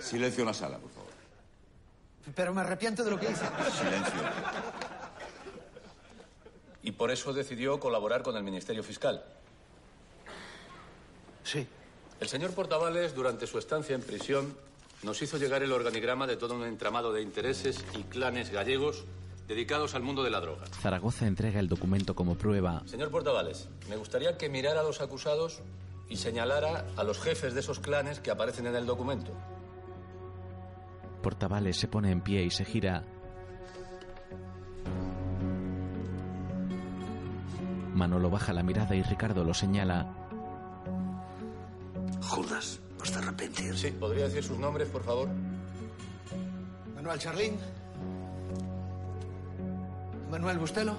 Silencio en la sala, por favor. Pero me arrepiento de lo que hice. Silencio. Y por eso decidió colaborar con el Ministerio Fiscal. Sí. El señor Portavales, durante su estancia en prisión, nos hizo llegar el organigrama de todo un entramado de intereses y clanes gallegos dedicados al mundo de la droga. Zaragoza entrega el documento como prueba. Señor Portavales, me gustaría que mirara a los acusados y señalara a los jefes de esos clanes que aparecen en el documento. Portavales se pone en pie y se gira. Manolo baja la mirada y Ricardo lo señala. Judas, vas a arrepentir. Sí, ¿podría decir sus nombres, por favor? Manuel Charlín. Manuel Bustelo.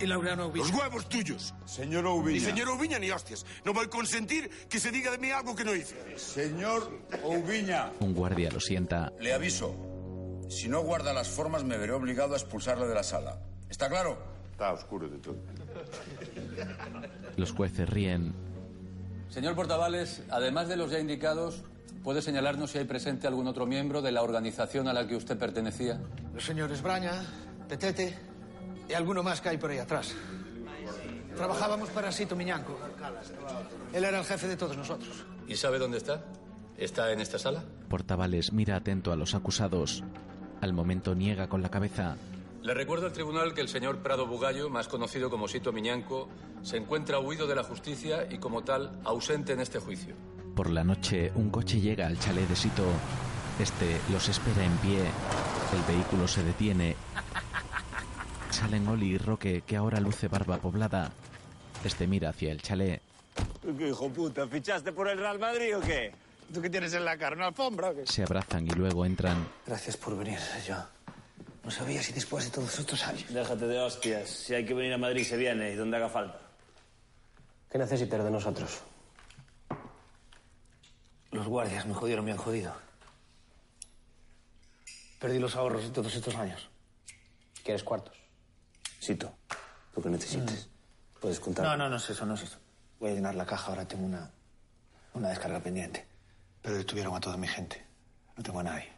Y Laureano Ubiña. Los huevos tuyos. Señor Oubiña. Ni señor Oviña ni hostias. No voy a consentir que se diga de mí algo que no hice. Señor Oubiña, Un guardia lo sienta. le aviso. Si no guarda las formas, me veré obligado a expulsarle de la sala. ¿Está claro? Está oscuro de todo. Los jueces ríen. Señor Portavales, además de los ya indicados, ¿puede señalarnos si hay presente algún otro miembro de la organización a la que usted pertenecía? Los señores Braña, Petete y alguno más que hay por ahí atrás. Trabajábamos para Sito Miñanco. Él era el jefe de todos nosotros. ¿Y sabe dónde está? ¿Está en esta sala? Portavales mira atento a los acusados. Al momento niega con la cabeza. Le recuerdo al tribunal que el señor Prado Bugallo, más conocido como Sito Miñanco, se encuentra huido de la justicia y como tal ausente en este juicio. Por la noche, un coche llega al chalet de Sito. Este los espera en pie. El vehículo se detiene. Salen Oli y Roque, que ahora luce barba poblada. Este mira hacia el chalet. ¿Qué hijo puta? ¿Fichaste por el Real Madrid o qué? ¿Tú qué tienes en la cara? ¿Una alfombra o qué? Se abrazan y luego entran. Gracias por venir, yo. No sabía si después de todos estos años. Déjate de hostias. Si hay que venir a Madrid, se viene y donde haga falta. ¿Qué necesitas de nosotros? Los guardias me jodieron, me han jodido. Perdí los ahorros de todos estos años. ¿Quieres cuartos? Sito, lo que necesites. Mm. Puedes contar. No, no, no es eso, no es eso. Voy a llenar la caja, ahora tengo una, una descarga pendiente. Pero detuvieron a toda mi gente. No tengo a nadie.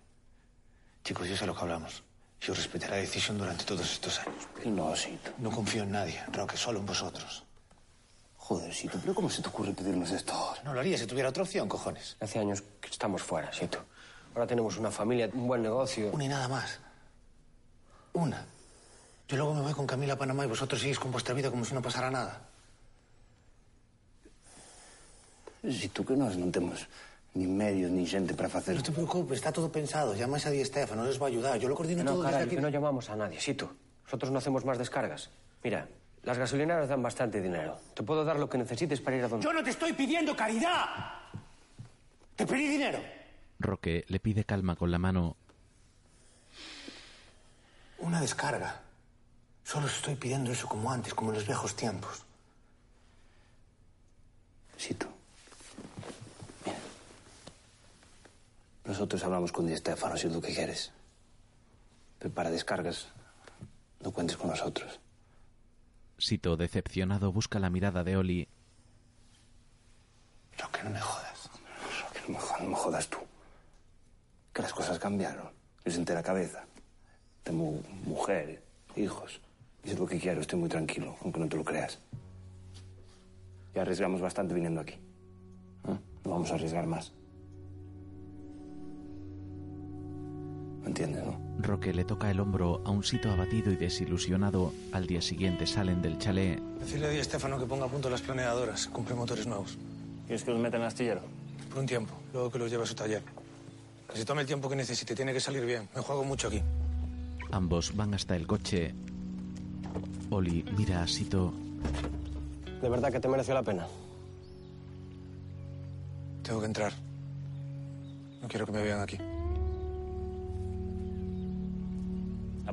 Chicos, yo sé lo que hablamos. Yo respeté la decisión durante todos estos años. No, Sito. No confío en nadie, Roque, solo en vosotros. Joder, Sito, ¿pero cómo se te ocurre pedirnos esto ahora? No lo haría si tuviera otra opción, cojones. Hace años que estamos fuera, Sito. Ahora tenemos una familia, un buen negocio. Una y nada más. Una. Yo luego me voy con Camila a Panamá y vosotros seguís con vuestra vida como si no pasara nada. Si tú que nós non temos ni medios ni xente para facer. No te preocupes, está todo pensado. Llamáis a Di Stefano, les va a ayudar. Yo lo coordino No, todo desde caray, aquí. que no llamamos a nadie, Sito. Nosotros no hacemos más descargas. Mira, las gasolineras dan bastante dinero. Te puedo dar lo que necesites para ir a donde... Yo no te estoy pidiendo caridad. Te pedí dinero. Roque le pide calma con la mano. Una descarga. Solo os estoy pidiendo eso como antes, como en los viejos tiempos. Sito. Mira. Nosotros hablamos con Di Stefano si es lo que quieres. Pero para descargas no cuentes con nosotros. Sito, decepcionado, busca la mirada de Oli. Roque, no me jodas. Que no me, jo- no me jodas tú. Que las cosas cambiaron. Yo senté la cabeza. Tengo mujer, hijos. Hice lo que quiero, estoy muy tranquilo, aunque no te lo creas. Ya arriesgamos bastante viniendo aquí. ¿eh? No vamos a arriesgar más. ¿Me entiendes, no? Roque le toca el hombro a un Sito abatido y desilusionado. Al día siguiente salen del chalet. Decirle a Di Stefano que ponga a punto las planeadoras, compre motores nuevos. ¿Quieres que los meta en el astillero? Por un tiempo, luego que los lleve a su taller. Que se tome el tiempo que necesite, tiene que salir bien. Me juego mucho aquí. Ambos van hasta el coche. Oli mira a Sito. De verdad que te mereció la pena. Tengo que entrar. No quiero que me vean aquí.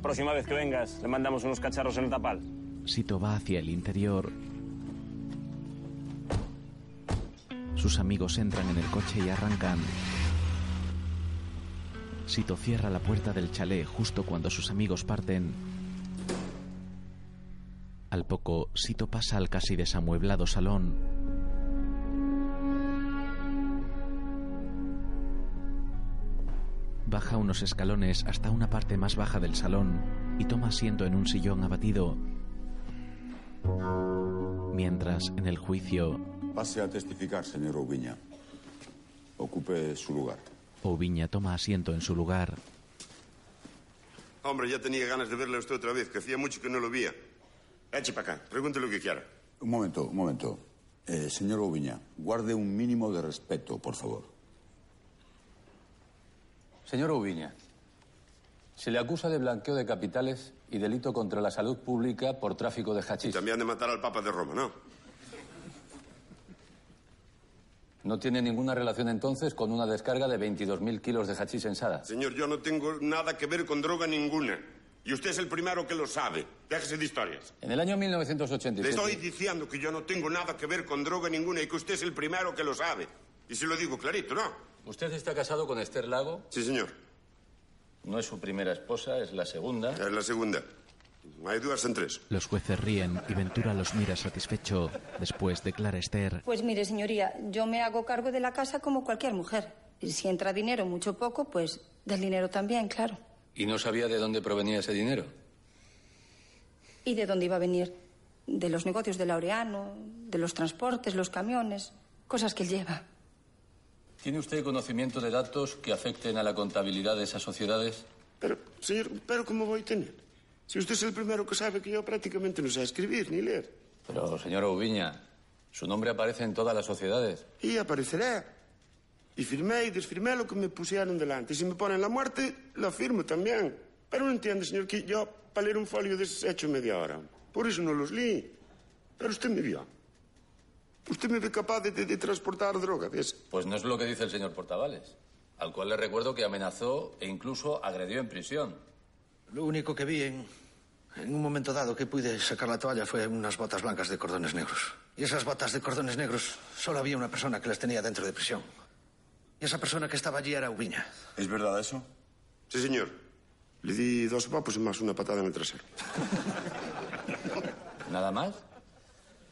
próxima vez que vengas, le mandamos unos cacharros en el tapal. Sito va hacia el interior. Sus amigos entran en el coche y arrancan. Sito cierra la puerta del chalet justo cuando sus amigos parten. Al poco, Sito pasa al casi desamueblado salón. Baja unos escalones hasta una parte más baja del salón y toma asiento en un sillón abatido. Mientras, en el juicio, Pase a testificar, señor Ubiña. Ocupe su lugar. Oviña toma asiento en su lugar. Hombre, ya tenía ganas de verle a usted otra vez, que hacía mucho que no lo veía. Eche para acá, pregunte lo que quiera. Un momento, un momento. Eh, señor Ubiña, guarde un mínimo de respeto, por favor. Señor Ubiña, se le acusa de blanqueo de capitales y delito contra la salud pública por tráfico de hachís. También han de matar al Papa de Roma, ¿no? No tiene ninguna relación entonces con una descarga de 22.000 kilos de hachís en Sada. Señor, yo no tengo nada que ver con droga ninguna. Y usted es el primero que lo sabe. Déjese de historias. En el año Le 1987... estoy diciendo que yo no tengo nada que ver con droga ninguna y que usted es el primero que lo sabe. Y se lo digo clarito, ¿no? ¿Usted está casado con Esther Lago? Sí, señor. No es su primera esposa, es la segunda. Es la segunda. Hay dudas en tres. Los jueces ríen y Ventura los mira satisfecho. Después declara Esther. Pues mire, señoría, yo me hago cargo de la casa como cualquier mujer. Y si entra dinero, mucho o poco, pues del dinero también, claro. ¿Y no sabía de dónde provenía ese dinero? ¿Y de dónde iba a venir? De los negocios del Laureano, de los transportes, los camiones, cosas que él lleva. ¿Tiene usted conocimiento de datos que afecten a la contabilidad de esas sociedades? Señor, pero ¿cómo voy a tener? Si usted es el primero que sabe que yo prácticamente no sé escribir ni leer. Pero, señora Ubiña, su nombre aparece en todas las sociedades. Y aparecerá. Y firmé y desfirmé lo que me pusieron delante. Y si me ponen la muerte, la firmo también. Pero no entiende, señor, que yo para leer un folio de esos he hecho media hora. Por eso no los leí. Pero usted me vio. Usted me ve capaz de, de- de transportar droga. de esa. Pues no es lo que dice el señor Portavales, al cual le recuerdo que amenazó e incluso agredió en prisión. Lo único que vi en, en un momento dado que pude sacar la toalla fue unas botas blancas de cordones negros. Y esas botas de cordones negros solo había una persona que las tenía dentro de prisión. Y esa persona que estaba allí era Ubiña. ¿Es verdad eso? Sí, señor. Le di dos vapos y más una patada en el trasero. ¿Nada más?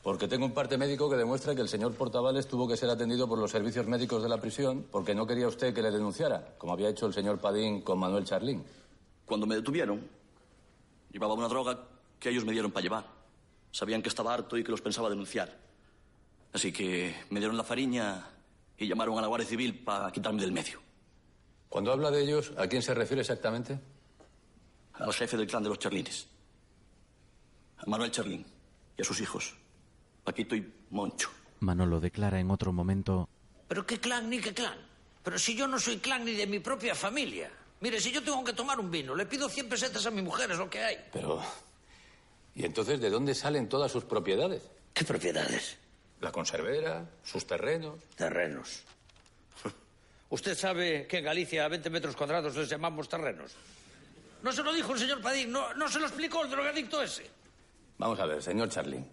Porque tengo un parte médico que demuestra que el señor Portavales tuvo que ser atendido por los servicios médicos de la prisión porque no quería usted que le denunciara, como había hecho el señor Padín con Manuel Charlín. Cuando me detuvieron, llevaba una droga que ellos me dieron para llevar. Sabían que estaba harto y que los pensaba denunciar. Así que me dieron la fariña y llamaron a la Guardia Civil para quitarme del medio. Cuando habla de ellos, ¿a quién se refiere exactamente? A los jefes del clan de los Charlines. A Manuel Charlín y a sus hijos. Paquito y Moncho. Manolo declara en otro momento. Pero qué clan ni qué clan. Pero si yo no soy clan ni de mi propia familia. Mire, si yo tengo que tomar un vino, le pido 100 pesetas a mi mujer, es lo que hay. Pero... ¿Y entonces de dónde salen todas sus propiedades? ¿Qué propiedades? La conservera, sus terrenos. Terrenos. Usted sabe que en Galicia a 20 metros cuadrados les llamamos terrenos. No se lo dijo el señor Padín, no, no se lo explicó el drogadicto ese. Vamos a ver, señor Charlín.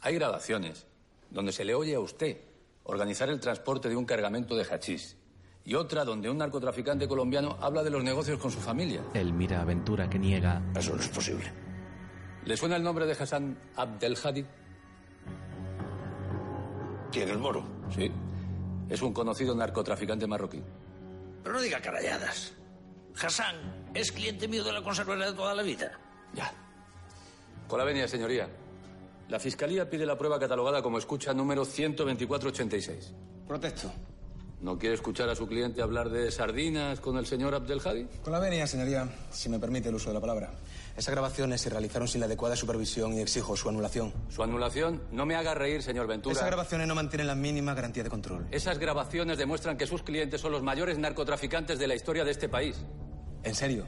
Hay grabaciones donde se le oye a usted organizar el transporte de un cargamento de hachís y otra donde un narcotraficante colombiano habla de los negocios con su familia. Él mira a Ventura que niega. Eso no es posible. ¿Le suena el nombre de Hassan Abdelhadi? ¿Quién, el moro? Sí. Es un conocido narcotraficante marroquí. Pero no diga caralladas. Hassan es cliente mío de la conservera de toda la vida. Por la venia, señoría. La Fiscalía pide la prueba catalogada como escucha número 12486. Protesto. ¿No quiere escuchar a su cliente hablar de sardinas con el señor Abdelhadi? Con la venia, señoría, si me permite el uso de la palabra. Esas grabaciones se realizaron sin la adecuada supervisión y exijo su anulación. Su anulación no me haga reír, señor Ventura. Esas grabaciones no mantienen la mínima garantía de control. Esas grabaciones demuestran que sus clientes son los mayores narcotraficantes de la historia de este país. ¿En serio?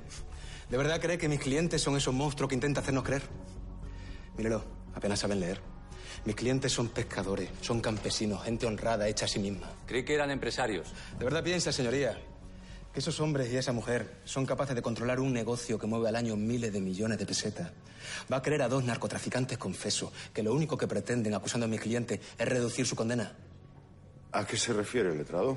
¿De verdad cree que mis clientes son esos monstruos que intenta hacernos creer? Mírelo, apenas saben leer. Mis clientes son pescadores, son campesinos, gente honrada, hecha a sí misma. Creí que eran empresarios. ¿De verdad piensa, señoría, que esos hombres y esa mujer son capaces de controlar un negocio que mueve al año miles de millones de pesetas. ¿Va a creer a dos narcotraficantes confesos que lo único que pretenden acusando a mis clientes es reducir su condena? ¿A qué se refiere el letrado?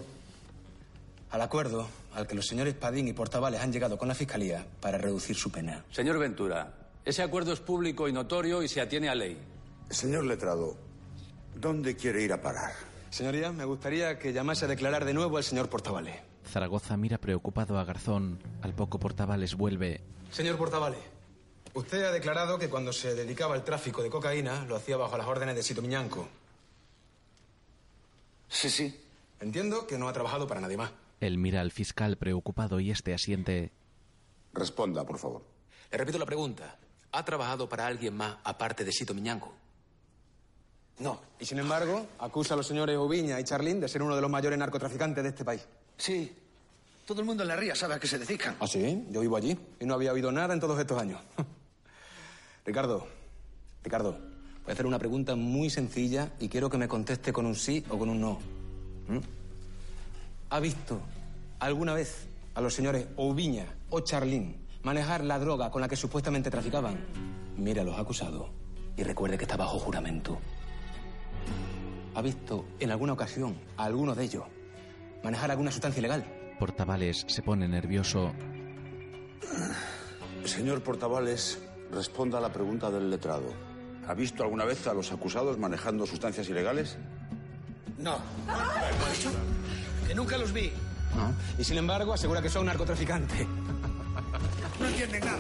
Al acuerdo al que los señores Padín y Portavales han llegado con la Fiscalía para reducir su pena. Señor Ventura, ese acuerdo es público y notorio y se atiene a ley. Señor letrado, ¿dónde quiere ir a parar? Señoría, me gustaría que llamase a declarar de nuevo al señor Portavales. Zaragoza mira preocupado a Garzón. Al poco Portavales vuelve. Señor Portavales, usted ha declarado que cuando se dedicaba al tráfico de cocaína lo hacía bajo las órdenes de Sito Miñanco. Sí, sí. Entiendo que no ha trabajado para nadie más. Él mira al fiscal preocupado y este asiente. Responda, por favor. Le repito la pregunta. ¿Ha trabajado para alguien más aparte de Sito Miñanco? No. Y sin embargo, acusa a los señores Oviña y Charlín de ser uno de los mayores narcotraficantes de este país. Sí. Todo el mundo en la ría sabe a qué se dedican. ¿Ah, sí? Yo vivo allí y no había oído nada en todos estos años. Ricardo, Ricardo, voy a hacer una pregunta muy sencilla y quiero que me conteste con un sí o con un no. ¿Mm? ¿Ha visto alguna vez a los señores Oviña o Charlín manejar la droga con la que supuestamente traficaban? Mira a los acusados y recuerde que está bajo juramento. ¿Ha visto en alguna ocasión a alguno de ellos manejar alguna sustancia ilegal? Portavales se pone nervioso. Señor Portavales, responda a la pregunta del letrado. ¿Ha visto alguna vez a los acusados manejando sustancias ilegales? No. Que nunca los vi. Ah, y sin embargo, asegura que son narcotraficantes. No entienden nada.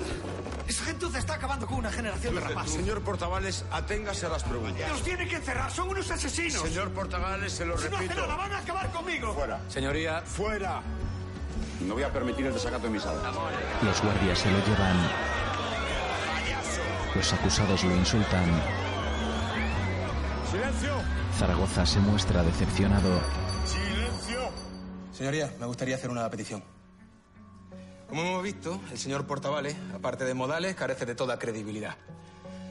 Esa gente se está acabando con una generación de rapaces. Señor Portavales, aténgase a las preguntas. Los tiene que encerrar, son unos asesinos. Señor Portavales, se lo si repito. no hacen nada, van a acabar conmigo. Fuera. Señoría, Fuera. No voy a permitir el desacato en mi sala. Los guardias se lo llevan. Los acusados lo insultan. ¡Silencio! Zaragoza se muestra decepcionado. ¡Silencio! Señoría, me gustaría hacer una petición. Como hemos visto, el señor Portavales, aparte de modales, carece de toda credibilidad.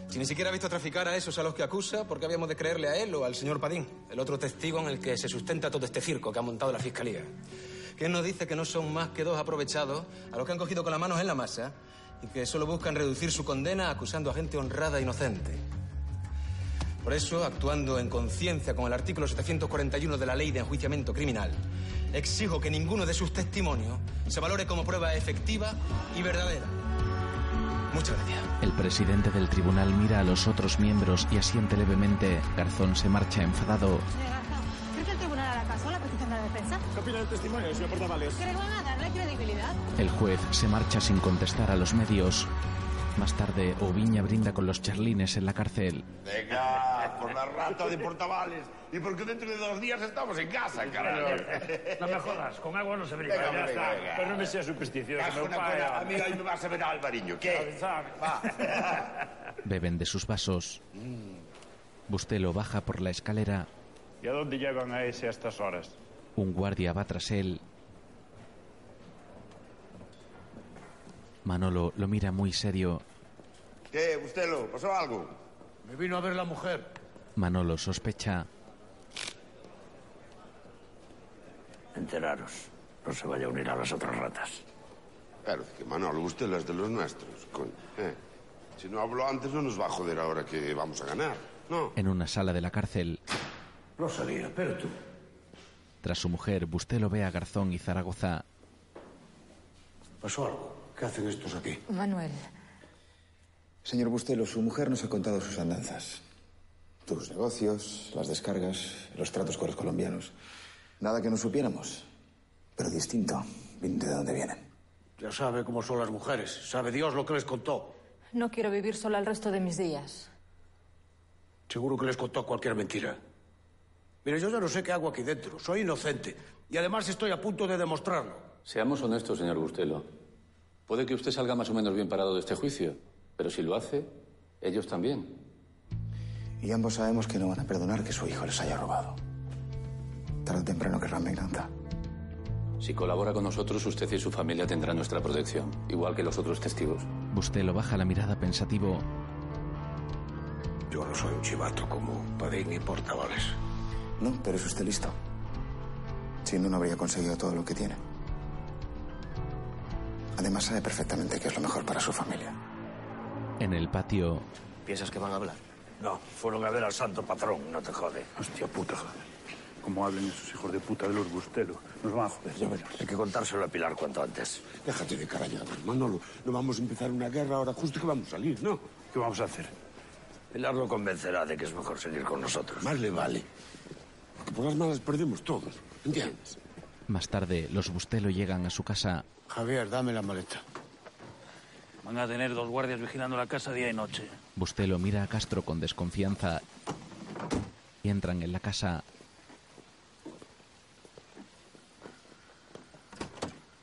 Si ni siquiera ha visto traficar a esos a los que acusa, ¿por qué habíamos de creerle a él o al señor Padín, el otro testigo en el que se sustenta todo este circo que ha montado la Fiscalía? ¿Quién nos dice que no son más que dos aprovechados a los que han cogido con las manos en la masa y que solo buscan reducir su condena acusando a gente honrada e inocente? Por eso, actuando en conciencia con el artículo 741 de la Ley de Enjuiciamiento Criminal, exijo que ninguno de sus testimonios se valore como prueba efectiva y verdadera. Muchas gracias. El presidente del tribunal mira a los otros miembros y asiente levemente. Garzón se marcha enfadado. Señor Garzón, ¿cree que el tribunal hará caso a la petición de la defensa? ¿Qué opina del testimonio, señor Portavales? ¿Cree que van a darle credibilidad? El juez se marcha sin contestar a los medios. Más tarde, Oviña brinda con los charlines en la cárcel. Venga, por la rata de portavales. Y porque dentro de dos días estamos en casa, carajo. No me jodas, con agua no se briga. Venga, ya hombre, está. venga. Pero no me sea supersticioso. Haz no una falla. buena amiga y me vas a ver a Alvariño. ¿Qué? Va. Beben de sus vasos. Bustelo baja por la escalera. ¿Y a dónde llevan a ese a estas horas? Un guardia va tras él. Manolo lo mira muy serio. ¿Qué, Bustelo? ¿Pasó algo? Me vino a ver la mujer. Manolo sospecha. Enteraros. No se vaya a unir a las otras ratas. Claro, que Manolo, usted las de los nuestros, coño. eh. Si no habló antes, no nos va a joder ahora que vamos a ganar. No. En una sala de la cárcel, Lo sabía, pero tú. tras su mujer, Bustelo ve a Garzón y Zaragoza. ¿Pasó algo? ¿Qué hacen estos aquí? Manuel, Señor Bustelo, su mujer nos ha contado sus andanzas. Tus negocios, las descargas, los tratos con los colombianos. Nada que no supiéramos, pero distinto, viniendo de dónde vienen. Ya sabe cómo son las mujeres. Sabe Dios lo que les contó. no quiero vivir sola el resto de mis días. Seguro que les contó cualquier mentira. Mire, yo ya no sé qué hago aquí dentro. Soy inocente. Y además estoy a punto de demostrarlo. seamos honestos, señor Bustelo. Puede que usted salga más o menos bien parado de este juicio, pero si lo hace, ellos también. Y ambos sabemos que no van a perdonar que su hijo les haya robado. Tarde o temprano querrán venganza. Si colabora con nosotros, usted y su familia tendrán nuestra protección, igual que los otros testigos. Bustelo baja la mirada pensativo. Yo no soy un chivato como Padín y Portavales. No, pero es usted listo. Si no, no habría conseguido todo lo que tiene. Además sabe perfectamente que es lo mejor para su familia. En el patio, ¿Piensas que van a hablar? No, fueron a ver al santo patrón, no te jode. Hostia puta, Como hablen esos hijos de puta de los busteros. Nos van a joder, ya verás. Hay que contárselo a Pilar cuanto antes. Déjate de caralladas, Manolo. No vamos a empezar una guerra ahora, justo que vamos a salir, ¿no? ¿Qué vamos a hacer? Pilar lo convencerá de que es mejor seguir con nosotros. Más le vale. Porque por las malas perdemos todos, ¿entiendes? más tarde, los Bustelo llegan a su casa. Javier, dame la maleta. Van a tener dos guardias vigilando la casa día y noche. Bustelo mira a Castro con desconfianza y entran en la casa.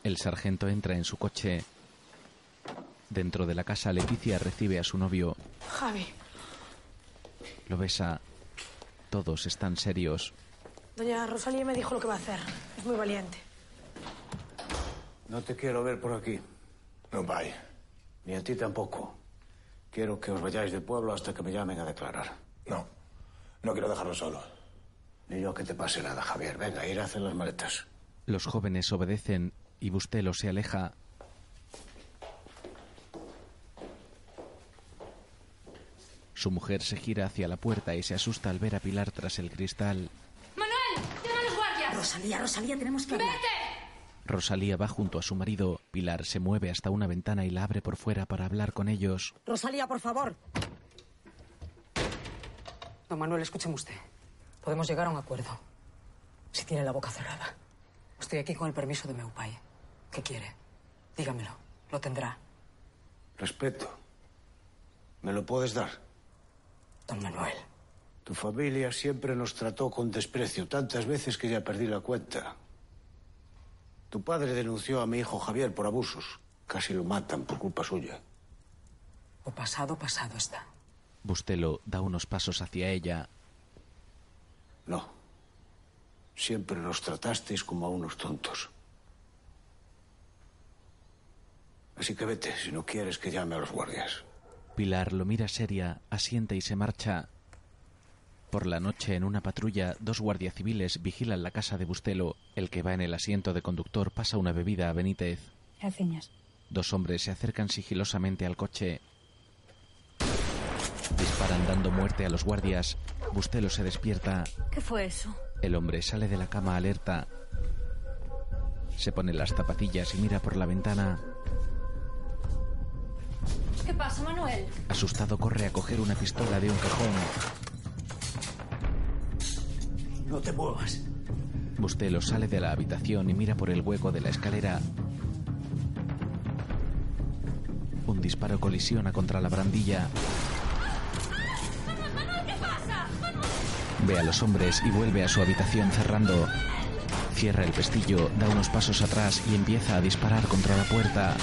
El sargento entra en su coche. Dentro de la casa, Leticia recibe a su novio, Javi, lo besa. Todos están serios. doña Rosalía me dijo lo que va a hacer. Es muy valiente. No te quiero ver por aquí. No vaya. Ni a ti tampoco. Quiero que os vayáis de pueblo hasta que me llamen a declarar. No. No quiero dejarlo solo. Ni yo que te pase nada, Javier. Venga, ir a hacer las maletas. Los jóvenes obedecen y Bustelo se aleja. Su mujer se gira hacia la puerta y se asusta al ver a Pilar tras el cristal. ¡Manuel! ¡Llama a los guardias! Rosalía, Rosalía, tenemos que hablar. Rosalía va junto a su marido. Pilar se mueve hasta una ventana y la abre por fuera para hablar con ellos. Rosalía, por favor. Don Manuel, escúcheme usted. Podemos llegar a un acuerdo. Si tiene la boca cerrada. Estoy aquí con el permiso de Meupay. ¿Qué quiere? Dígamelo. Lo tendrá. Respeto. ¿Me lo puedes dar? Don Manuel. Tu familia siempre nos trató con desprecio, tantas veces que ya perdí la cuenta. Tu padre denunció a mi hijo Javier por abusos. Casi lo matan por culpa suya. O pasado, pasado está. Bustelo da unos pasos hacia ella. No. Siempre nos tratasteis como a unos tontos. Así que vete, si no quieres que llame a los guardias. Pilar lo mira seria, asiente y se marcha. Por la noche, en una patrulla, dos guardias civiles vigilan la casa de Bustelo. El que va en el asiento de conductor pasa una bebida a Benítez. Gracias. Dos hombres se acercan sigilosamente al coche. Disparan dando muerte a los guardias. Bustelo se despierta. ¿Qué fue eso? El hombre sale de la cama alerta. Se pone las zapatillas y mira por la ventana. ¿Qué pasa, Manuel? Asustado corre a coger una pistola de un cajón. No te muevas. Bustelo sale de la habitación y mira por el hueco de la escalera. Un disparo colisiona contra la barandilla. ¡Manuel, qué pasa! Ve a los hombres y vuelve a su habitación cerrando. Cierra el pestillo, da unos pasos atrás y empieza a disparar contra la puerta.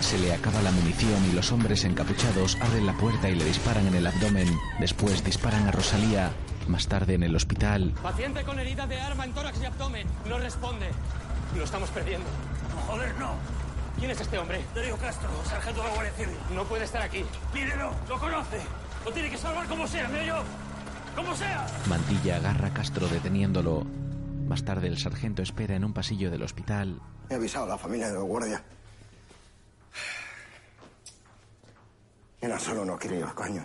Se le acaba la munición y los hombres encapuchados abren la puerta y le disparan en el abdomen. Después disparan a Rosalía. Más tarde en el hospital, Paciente con herida de arma en tórax y abdomen. No responde. Lo estamos perdiendo. joder, no. ¿Quién es este hombre? Darío Castro, sargento de la Guardia Civil. No puede estar aquí. Mírelo, lo conoce. Lo tiene que salvar como sea, mira yo. Como sea. Mantilla agarra a Castro deteniéndolo. Más tarde el sargento espera en un pasillo del hospital. He avisado a la familia de los guardias. Era solo unos críos, coño.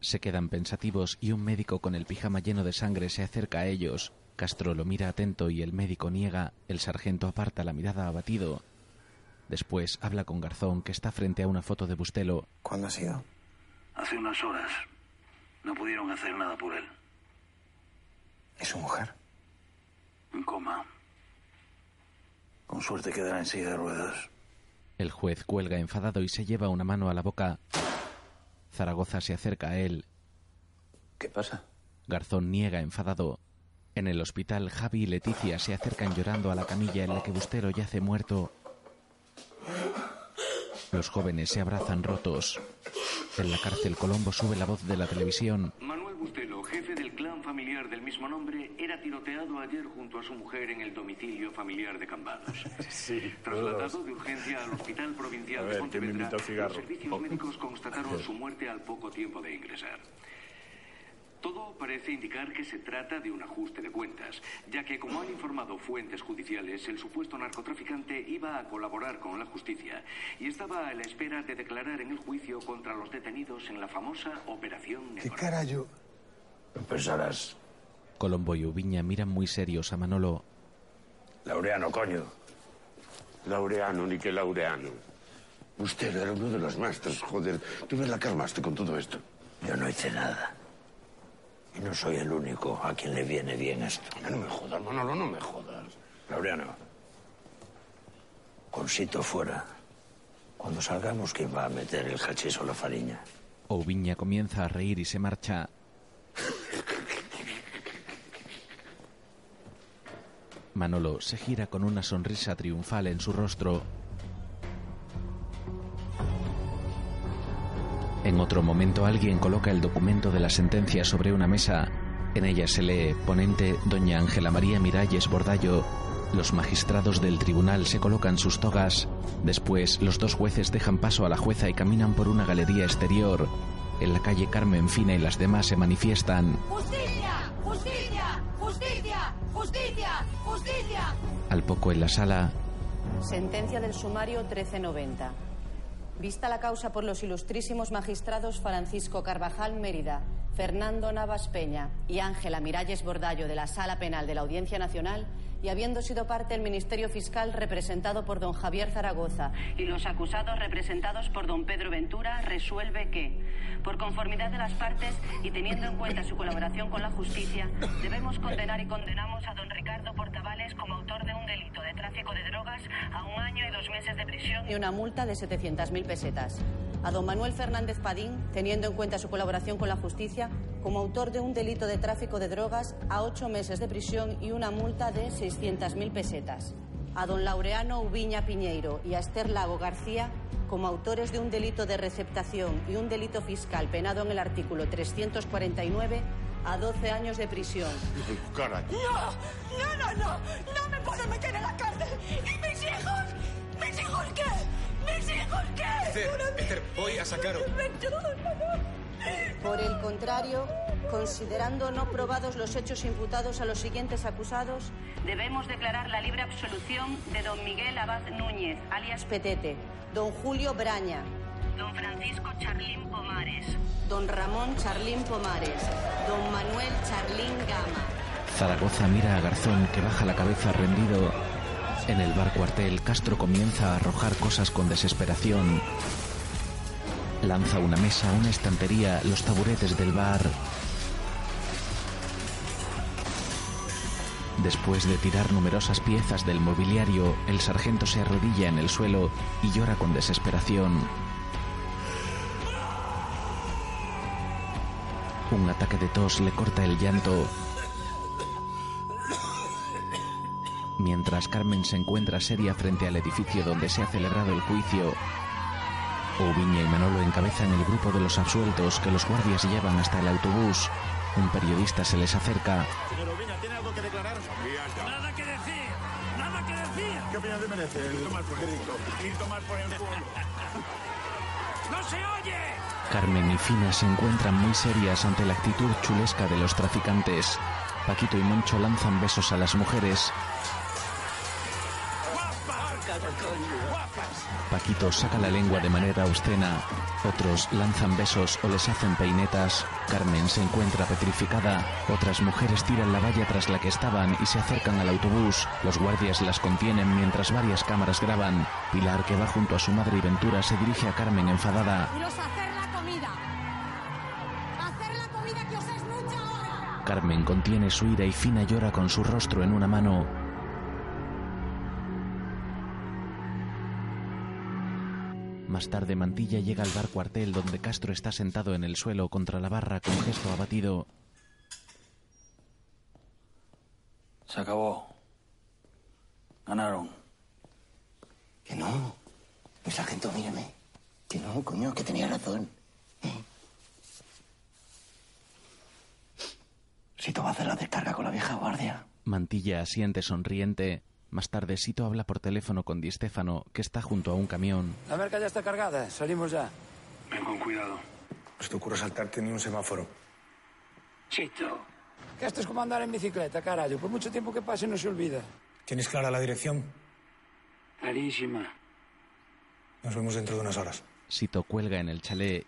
Se quedan pensativos y un médico con el pijama lleno de sangre se acerca a ellos. Castro lo mira atento y el médico niega. El sargento aparta la mirada abatido. Después habla con Garzón, que está frente a una foto de Bustelo. ¿Cuándo ha sido? Hace unas horas no pudieron hacer nada por él. ¿Y su mujer? En coma. Con suerte quedará en silla de ruedas. El juez cuelga enfadado y se lleva una mano a la boca. Zaragoza se acerca a él. ¿Qué pasa? Garzón niega enfadado. En el hospital, Javi y Leticia se acercan llorando a la camilla en la que Bustelo yace muerto. Los jóvenes se abrazan rotos. En la cárcel, Colombo sube la voz de la televisión. Manuel Bustelo, jefe del clan familiar del mismo nombre, era tiroteado ayer junto a su mujer en el domicilio familiar de Cambados. Sí, Trasladado de urgencia al Hospital Provincial de A ver, ¿quién me Pontevedra, invita a cigarro? Oh. los servicios médicos constataron su muerte al poco tiempo de ingresar. Todo parece indicar que se trata de un ajuste de cuentas, ya que, como han informado fuentes judiciales, el supuesto narcotraficante iba a colaborar con la justicia y estaba a la espera de declarar en el juicio contra los detenidos en la famosa Operación ¿Qué carajo? Pensarás, Colombo y Ubiña miran muy serios a Manolo. Laureano, coño. Laureano, ni que Laureano. Usted era uno de los maestros, joder. Tú ves la que armaste con todo esto. Yo no hice nada. Y no soy el único a quien le viene bien esto. No me jodas, Manolo, no me jodas. Laureano. Con Sito fuera. Cuando salgamos, ¿quién va a meter el hachís o la fariña? Ubiña comienza a reír y se marcha. Manolo se gira con una sonrisa triunfal en su rostro. En otro momento alguien coloca el documento de la sentencia sobre una mesa. En ella se lee ponente doña Ángela María Miralles Bordallo. Los magistrados del tribunal se colocan sus togas. Después los dos jueces dejan paso a la jueza y caminan por una galería exterior. En la calle Carmen Fina y las demás se manifiestan. ¡Justicia! ¡Justicia! ¡Justicia! ¡Justicia! ¡Justicia! Al poco en la sala, Sentencia del sumario 1390. Vista la causa por los ilustrísimos magistrados Francisco Carvajal Mérida, Fernando Navas Peña y Ángela Miralles Bordallo de la Sala Penal de la Audiencia Nacional y habiendo sido parte el Ministerio Fiscal representado por don Javier Zaragoza y los acusados representados por don Pedro Ventura, resuelve que, por conformidad de las partes y teniendo en cuenta su colaboración con la justicia, debemos condenar y condenamos a don Ricardo Portavales como autor de un delito de tráfico de drogas a un año y dos meses de prisión y una multa de 700.000 pesetas. A don Manuel Fernández Padín, teniendo en cuenta su colaboración con la justicia, como autor de un delito de tráfico de drogas a ocho meses de prisión y una multa de 600.000 pesetas. A don Laureano Ubiña Piñeiro y a Esther Lago García, como autores de un delito de receptación y un delito fiscal penado en el artículo 349, a 12 años de prisión. Caray. ¡No! ¡No, no, no! ¡No me puedo meter en la cárcel! ¿Y mis hijos? ¿Mis hijos qué? ¿Mis hijos qué? Esther, Una- Esther, voy a sacaros. Por el contrario, considerando no probados los hechos imputados a los siguientes acusados, debemos declarar la libre absolución de don Miguel Abad Núñez, alias Petete, don Julio Braña, don Francisco Charlín Pomares, don Ramón Charlín Pomares, don Manuel Charlín Gama. Zaragoza mira a Garzón que baja la cabeza rendido. En el bar cuartel, Castro comienza a arrojar cosas con desesperación. Lanza una mesa, una estantería, los taburetes del bar. Después de tirar numerosas piezas del mobiliario, el sargento se arrodilla en el suelo y llora con desesperación. Un ataque de tos le corta el llanto Mientras Carmen se encuentra seria frente al edificio donde se ha celebrado el juicio, Ubiña y Manolo encabezan el grupo de los absueltos que los guardias llevan hasta el autobús. Un periodista se les acerca. Señor Ubiña, ¿tiene algo que declarar? Nada que decir, nada que decir. ¿Qué opinión te merece? Ir tomar por el culo. Ir tomar por el culo. ¡No se oye! Carmen y Fina se encuentran muy serias ante la actitud chulesca de los traficantes. Paquito y Moncho lanzan besos a las mujeres. Paquito saca la lengua de manera obscena. Otros lanzan besos o les hacen peinetas. Carmen se encuentra petrificada. Otras mujeres tiran la valla tras la que estaban y se acercan al autobús. Los guardias las contienen mientras varias cámaras graban. Pilar, que va junto a su madre y Ventura, se dirige a Carmen enfadada. ¡Iros a hacer la comida! ¡Hacer la comida que os es mucha ahora! Carmen contiene su ira y Fina llora con su rostro en una mano. Más tarde, Mantilla llega al bar cuartel donde Castro está sentado en el suelo contra la barra con gesto abatido. Se acabó. Ganaron. Que no. El Pues, sargento, mírame. Que no, coño, que tenía razón. Si tú vas a hacer la descarga con la vieja guardia. Mantilla asiente sonriente. Más tarde, Sito habla por teléfono con Di Stéfano, que está junto a un camión. La merca ya está cargada, salimos ya. Ven con cuidado. Pues te ocurre saltarte ni un semáforo. Chito. Que esto es como andar en bicicleta, carajo. Por mucho tiempo que pase no se olvida. ¿Tienes clara la dirección? Clarísima. Nos vemos dentro de unas horas. Sito cuelga en el chalet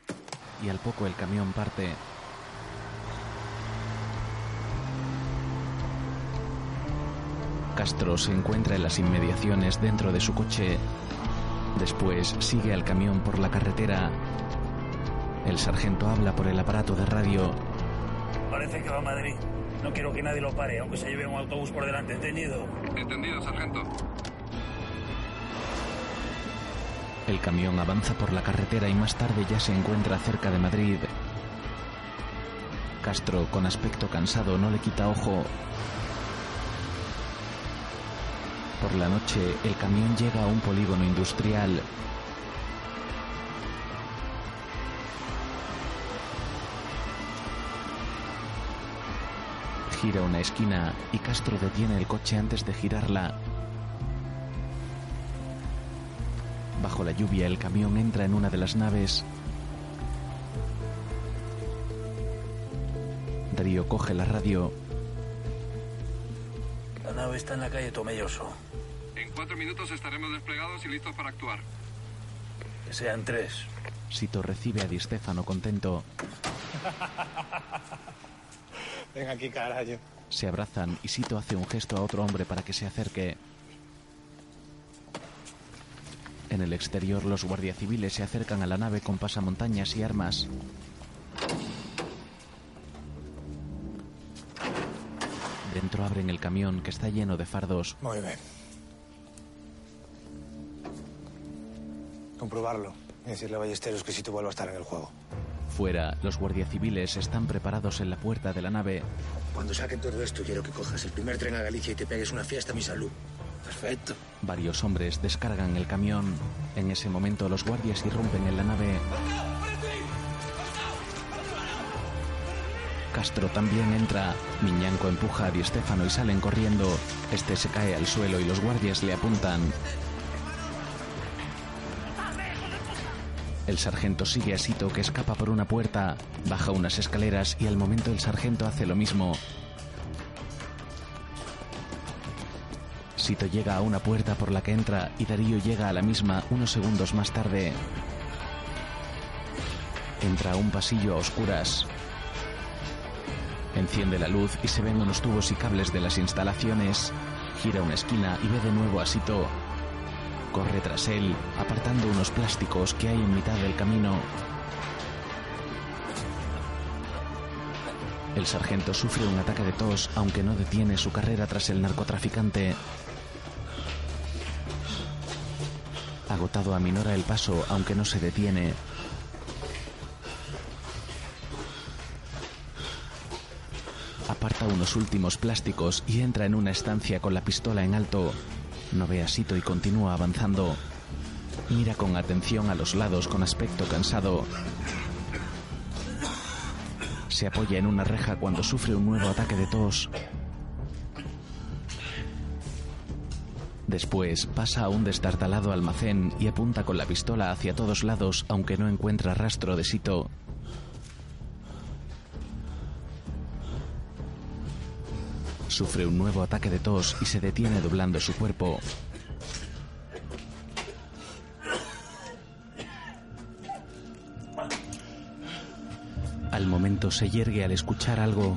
y al poco el camión parte. Castro se encuentra en las inmediaciones dentro de su coche. Después sigue al camión por la carretera. El sargento habla por el aparato de radio. Parece que va a Madrid. No quiero que nadie lo pare, aunque se lleve un autobús por delante. Entendido. Entendido, sargento. El camión avanza por la carretera y más tarde ya se encuentra cerca de Madrid. Castro, con aspecto cansado, no le quita ojo. Por la noche, el camión llega a un polígono industrial. Gira una esquina y Castro detiene el coche antes de girarla. Bajo la lluvia el camión entra en una de las naves. Darío coge la radio. La nave está en la calle Tomelloso. En cuatro minutos estaremos desplegados y listos para actuar. Que sean tres. Sito recibe a Di Stefano contento. Venga aquí, carajo. Se abrazan y Sito hace un gesto a otro hombre para que se acerque. En el exterior los guardias civiles se acercan a la nave con pasamontañas y armas. Dentro abren el camión que está lleno de fardos. Muy bien. Comprobarlo. Y decirle a Ballesteros que si tú vuelvo a estar en el juego. Fuera, los guardias civiles están preparados en la puerta de la nave. Cuando saquen todo esto, quiero que cojas el primer tren a Galicia y te pegues una fiesta a mi salud. Perfecto. Varios hombres descargan el camión. En ese momento los guardias irrumpen en la nave. Castro también entra. Miñanco empuja a Di Stefano y salen corriendo. Este se cae al suelo y los guardias le apuntan. El sargento sigue a Sito que escapa por una puerta, baja unas escaleras y al momento el sargento hace lo mismo. Sito llega a una puerta por la que entra y Darío llega a la misma unos segundos más tarde. Entra a un pasillo a oscuras. Enciende la luz y se ven unos tubos y cables de las instalaciones. Gira una esquina y ve de nuevo a Sito. Corre tras él, apartando unos plásticos que hay en mitad del camino. El sargento sufre un ataque de tos, aunque no detiene su carrera tras el narcotraficante. Agotado aminora el paso, aunque no se detiene. Aparta unos últimos plásticos y entra en una estancia con la pistola en alto. No ve a Sito y continúa avanzando. Mira con atención a los lados con aspecto cansado. Se apoya en una reja cuando sufre un nuevo ataque de tos. Después pasa a un destartalado almacén y apunta con la pistola hacia todos lados aunque no encuentra rastro de Sito. Sufre un nuevo ataque de tos y se detiene doblando su cuerpo. Al momento se yergue al escuchar algo.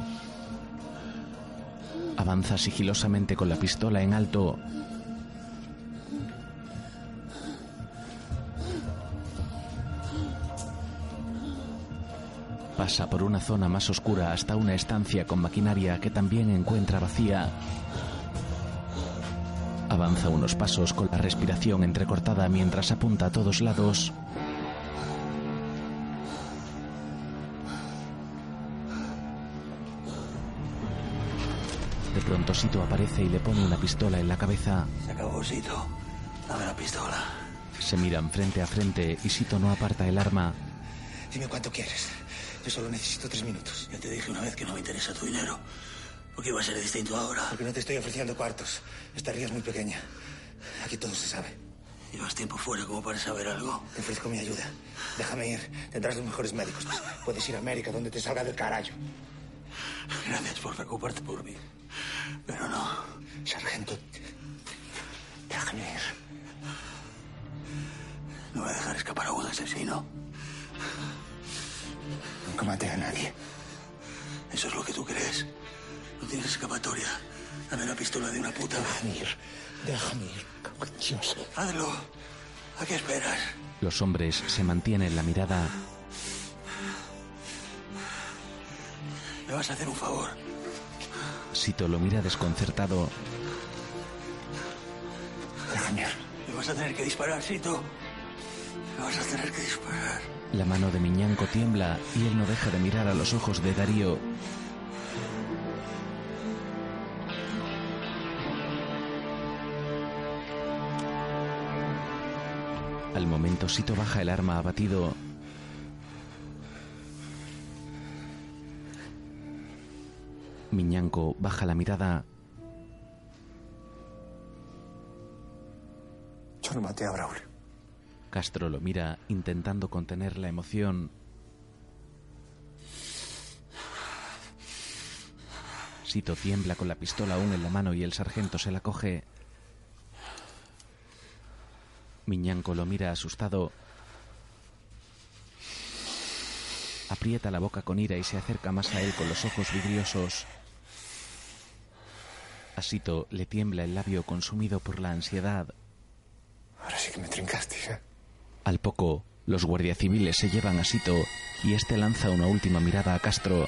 Avanza sigilosamente con la pistola en alto. Pasa por una zona más oscura hasta una estancia con maquinaria que también encuentra vacía. Avanza unos pasos con la respiración entrecortada mientras apunta a todos lados. De pronto Sito aparece y le pone una pistola en la cabeza. Se acabó, Sito. Dame la pistola. Se miran frente a frente y Sito no aparta el arma. Dime cuánto quieres. Yo solo necesito tres minutos. Ya te dije una vez que no me interesa tu dinero. Porque iba a ser distinto ahora. Porque no te estoy ofreciendo cuartos. Esta ría es muy pequeña. Aquí todo se sabe. Llevas tiempo fuera como para saber algo. Te ofrezco mi ayuda. Déjame ir. Tendrás los mejores médicos. Puedes ir a América donde te salga del carajo. Gracias por preocuparte por mí. Pero no, sargento. Déjame ir. No voy a dejar escapar a un asesino. Nunca maté a nadie. Eso es lo que tú crees. No tienes escapatoria. Dame la pistola de una puta. Déjame ir. Déjame ir. Hazlo. ¿A qué esperas? Los hombres se mantienen la mirada Me vas a hacer un favor. Sito lo mira desconcertado. Me vas a tener que disparar, Sito. Me vas a tener que disparar. La mano de Miñanco tiembla y él no deja de mirar a los ojos de Darío. Al momento Sito baja el arma abatido. Miñanco baja la mirada. Yo no maté a Braulio. Castro lo mira intentando contener la emoción. Sito tiembla con la pistola aún en la mano y el sargento se la coge. Miñanco lo mira asustado. Aprieta la boca con ira y se acerca más a él con los ojos vidriosos. A Sito le tiembla el labio consumido por la ansiedad. Ahora sí que me trincasteis, ¿eh? Al poco, los guardias civiles se llevan a Sito y este lanza una última mirada a Castro.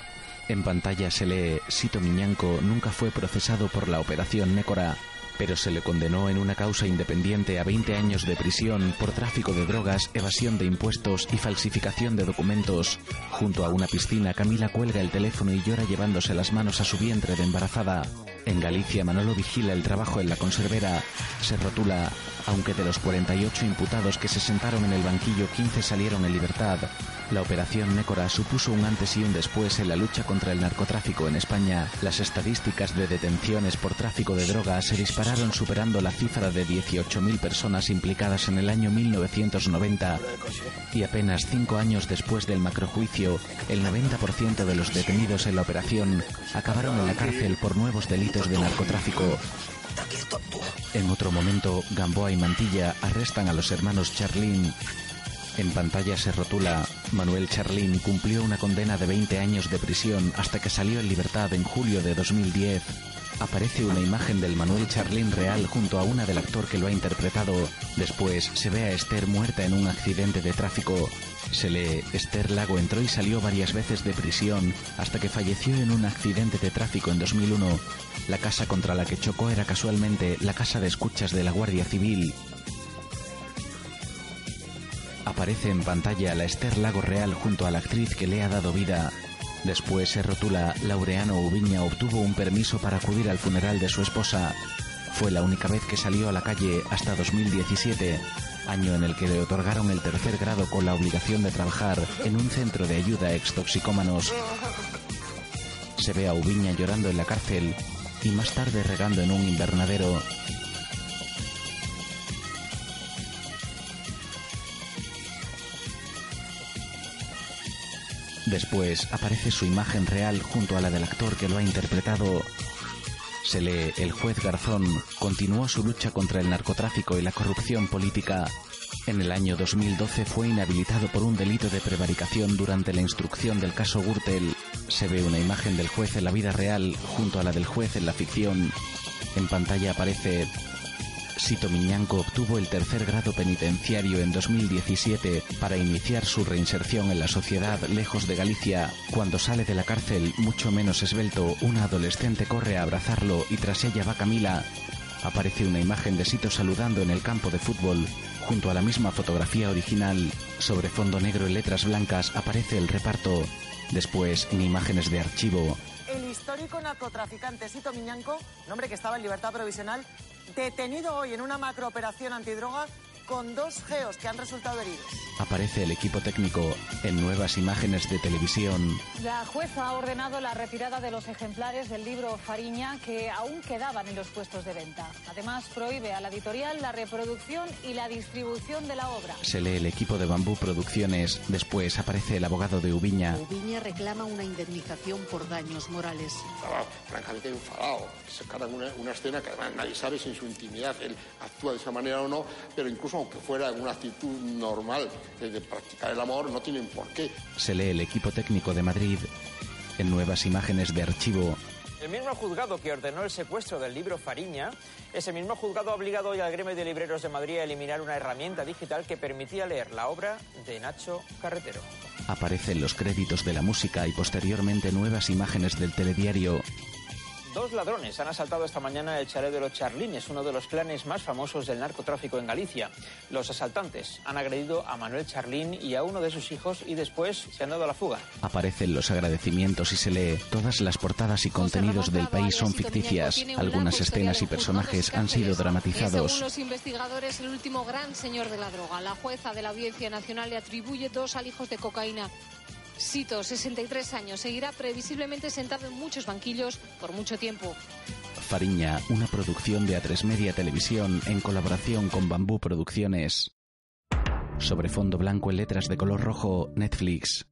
En pantalla se lee: Sito Miñanco nunca fue procesado por la operación Nécora, pero se le condenó en una causa independiente a 20 años de prisión por tráfico de drogas, evasión de impuestos y falsificación de documentos. Junto a una piscina, Camila cuelga el teléfono y llora llevándose las manos a su vientre de embarazada. En Galicia, Manolo vigila el trabajo en la conservera. Se rotula, aunque de los 48 imputados que se sentaron en el banquillo, 15 salieron en libertad. La operación Nécora supuso un antes y un después en la lucha contra el narcotráfico en España. Las estadísticas de detenciones por tráfico de drogas se dispararon superando la cifra de 18.000 personas implicadas en el año 1990. Y apenas cinco años después del macrojuicio, el 90% de los detenidos en la operación acabaron en la cárcel por nuevos delitos de narcotráfico. En otro momento, Gamboa y Mantilla arrestan a los hermanos Charlín. En pantalla se rotula, Manuel Charlín cumplió una condena de 20 años de prisión hasta que salió en libertad en julio de 2010. Aparece una imagen del Manuel Charlín real junto a una del actor que lo ha interpretado. Después se ve a Esther muerta en un accidente de tráfico. Se lee, Esther Lago entró y salió varias veces de prisión hasta que falleció en un accidente de tráfico en 2001. La casa contra la que chocó era casualmente la casa de escuchas de la Guardia Civil. Aparece en pantalla la Esther Lago Real junto a la actriz que le ha dado vida. Después se rotula Laureano Ubiña obtuvo un permiso para acudir al funeral de su esposa. Fue la única vez que salió a la calle hasta 2017, año en el que le otorgaron el tercer grado con la obligación de trabajar en un centro de ayuda a extoxicómanos. Se ve a Ubiña llorando en la cárcel y más tarde regando en un invernadero. Después aparece su imagen real junto a la del actor que lo ha interpretado. Se lee El juez Garzón continuó su lucha contra el narcotráfico y la corrupción política. En el año 2012 fue inhabilitado por un delito de prevaricación durante la instrucción del caso Gürtel. Se ve una imagen del juez en la vida real junto a la del juez en la ficción. En pantalla aparece Sito Miñanco obtuvo el tercer grado penitenciario en 2017 para iniciar su reinserción en la sociedad lejos de Galicia. Cuando sale de la cárcel, mucho menos esbelto, una adolescente corre a abrazarlo y tras ella va Camila. Aparece una imagen de Sito saludando en el campo de fútbol. Junto a la misma fotografía original, sobre fondo negro y letras blancas aparece el reparto. Después, en imágenes de archivo, El histórico narcotraficante Sito Miñanco, nombre que estaba en libertad provisional, detenido hoy en una macrooperación antidroga con dos geos que han resultado heridos. Aparece el equipo técnico en nuevas imágenes de televisión. La jueza ha ordenado la retirada de los ejemplares del libro Fariña que aún quedaban en los puestos de venta. Además, prohíbe a la editorial la reproducción y la distribución de la obra. Se lee el equipo de Bambú Producciones. Después aparece el abogado de Ubiña. Viña reclama una indemnización por daños morales. Estaba francamente enfadado. Sacaran una, una escena que además nadie sabe si en su intimidad él actúa de esa manera o no, pero incluso aunque fuera en una actitud normal eh, de practicar el amor, no tienen por qué. Se lee el equipo técnico de Madrid. En nuevas imágenes de archivo. El mismo juzgado que ordenó el secuestro del libro Fariña, ese mismo juzgado ha obligado hoy al gremio de libreros de Madrid a eliminar una herramienta digital que permitía leer la obra de Nacho Carretero. Aparecen los créditos de la música y posteriormente nuevas imágenes del telediario. Dos ladrones han asaltado esta mañana el chalet de los Charlines, uno de los clanes más famosos del narcotráfico en Galicia. Los asaltantes han agredido a Manuel Charlín y a uno de sus hijos y después se han dado a la fuga. Aparecen los agradecimientos y se lee. Todas las portadas y contenidos del país son ficticias. Algunas escenas y personajes han sido Es, Eh, según dramatizados. los investigadores, el último gran señor de la droga. La jueza de la Audiencia Nacional le atribuye dos alijos de cocaína. Sito, 63 años, seguirá previsiblemente sentado en muchos banquillos por mucho tiempo. Fariña, una producción de A3 Media Televisión en colaboración con Bambú Producciones. Sobre fondo blanco en letras de color rojo, Netflix.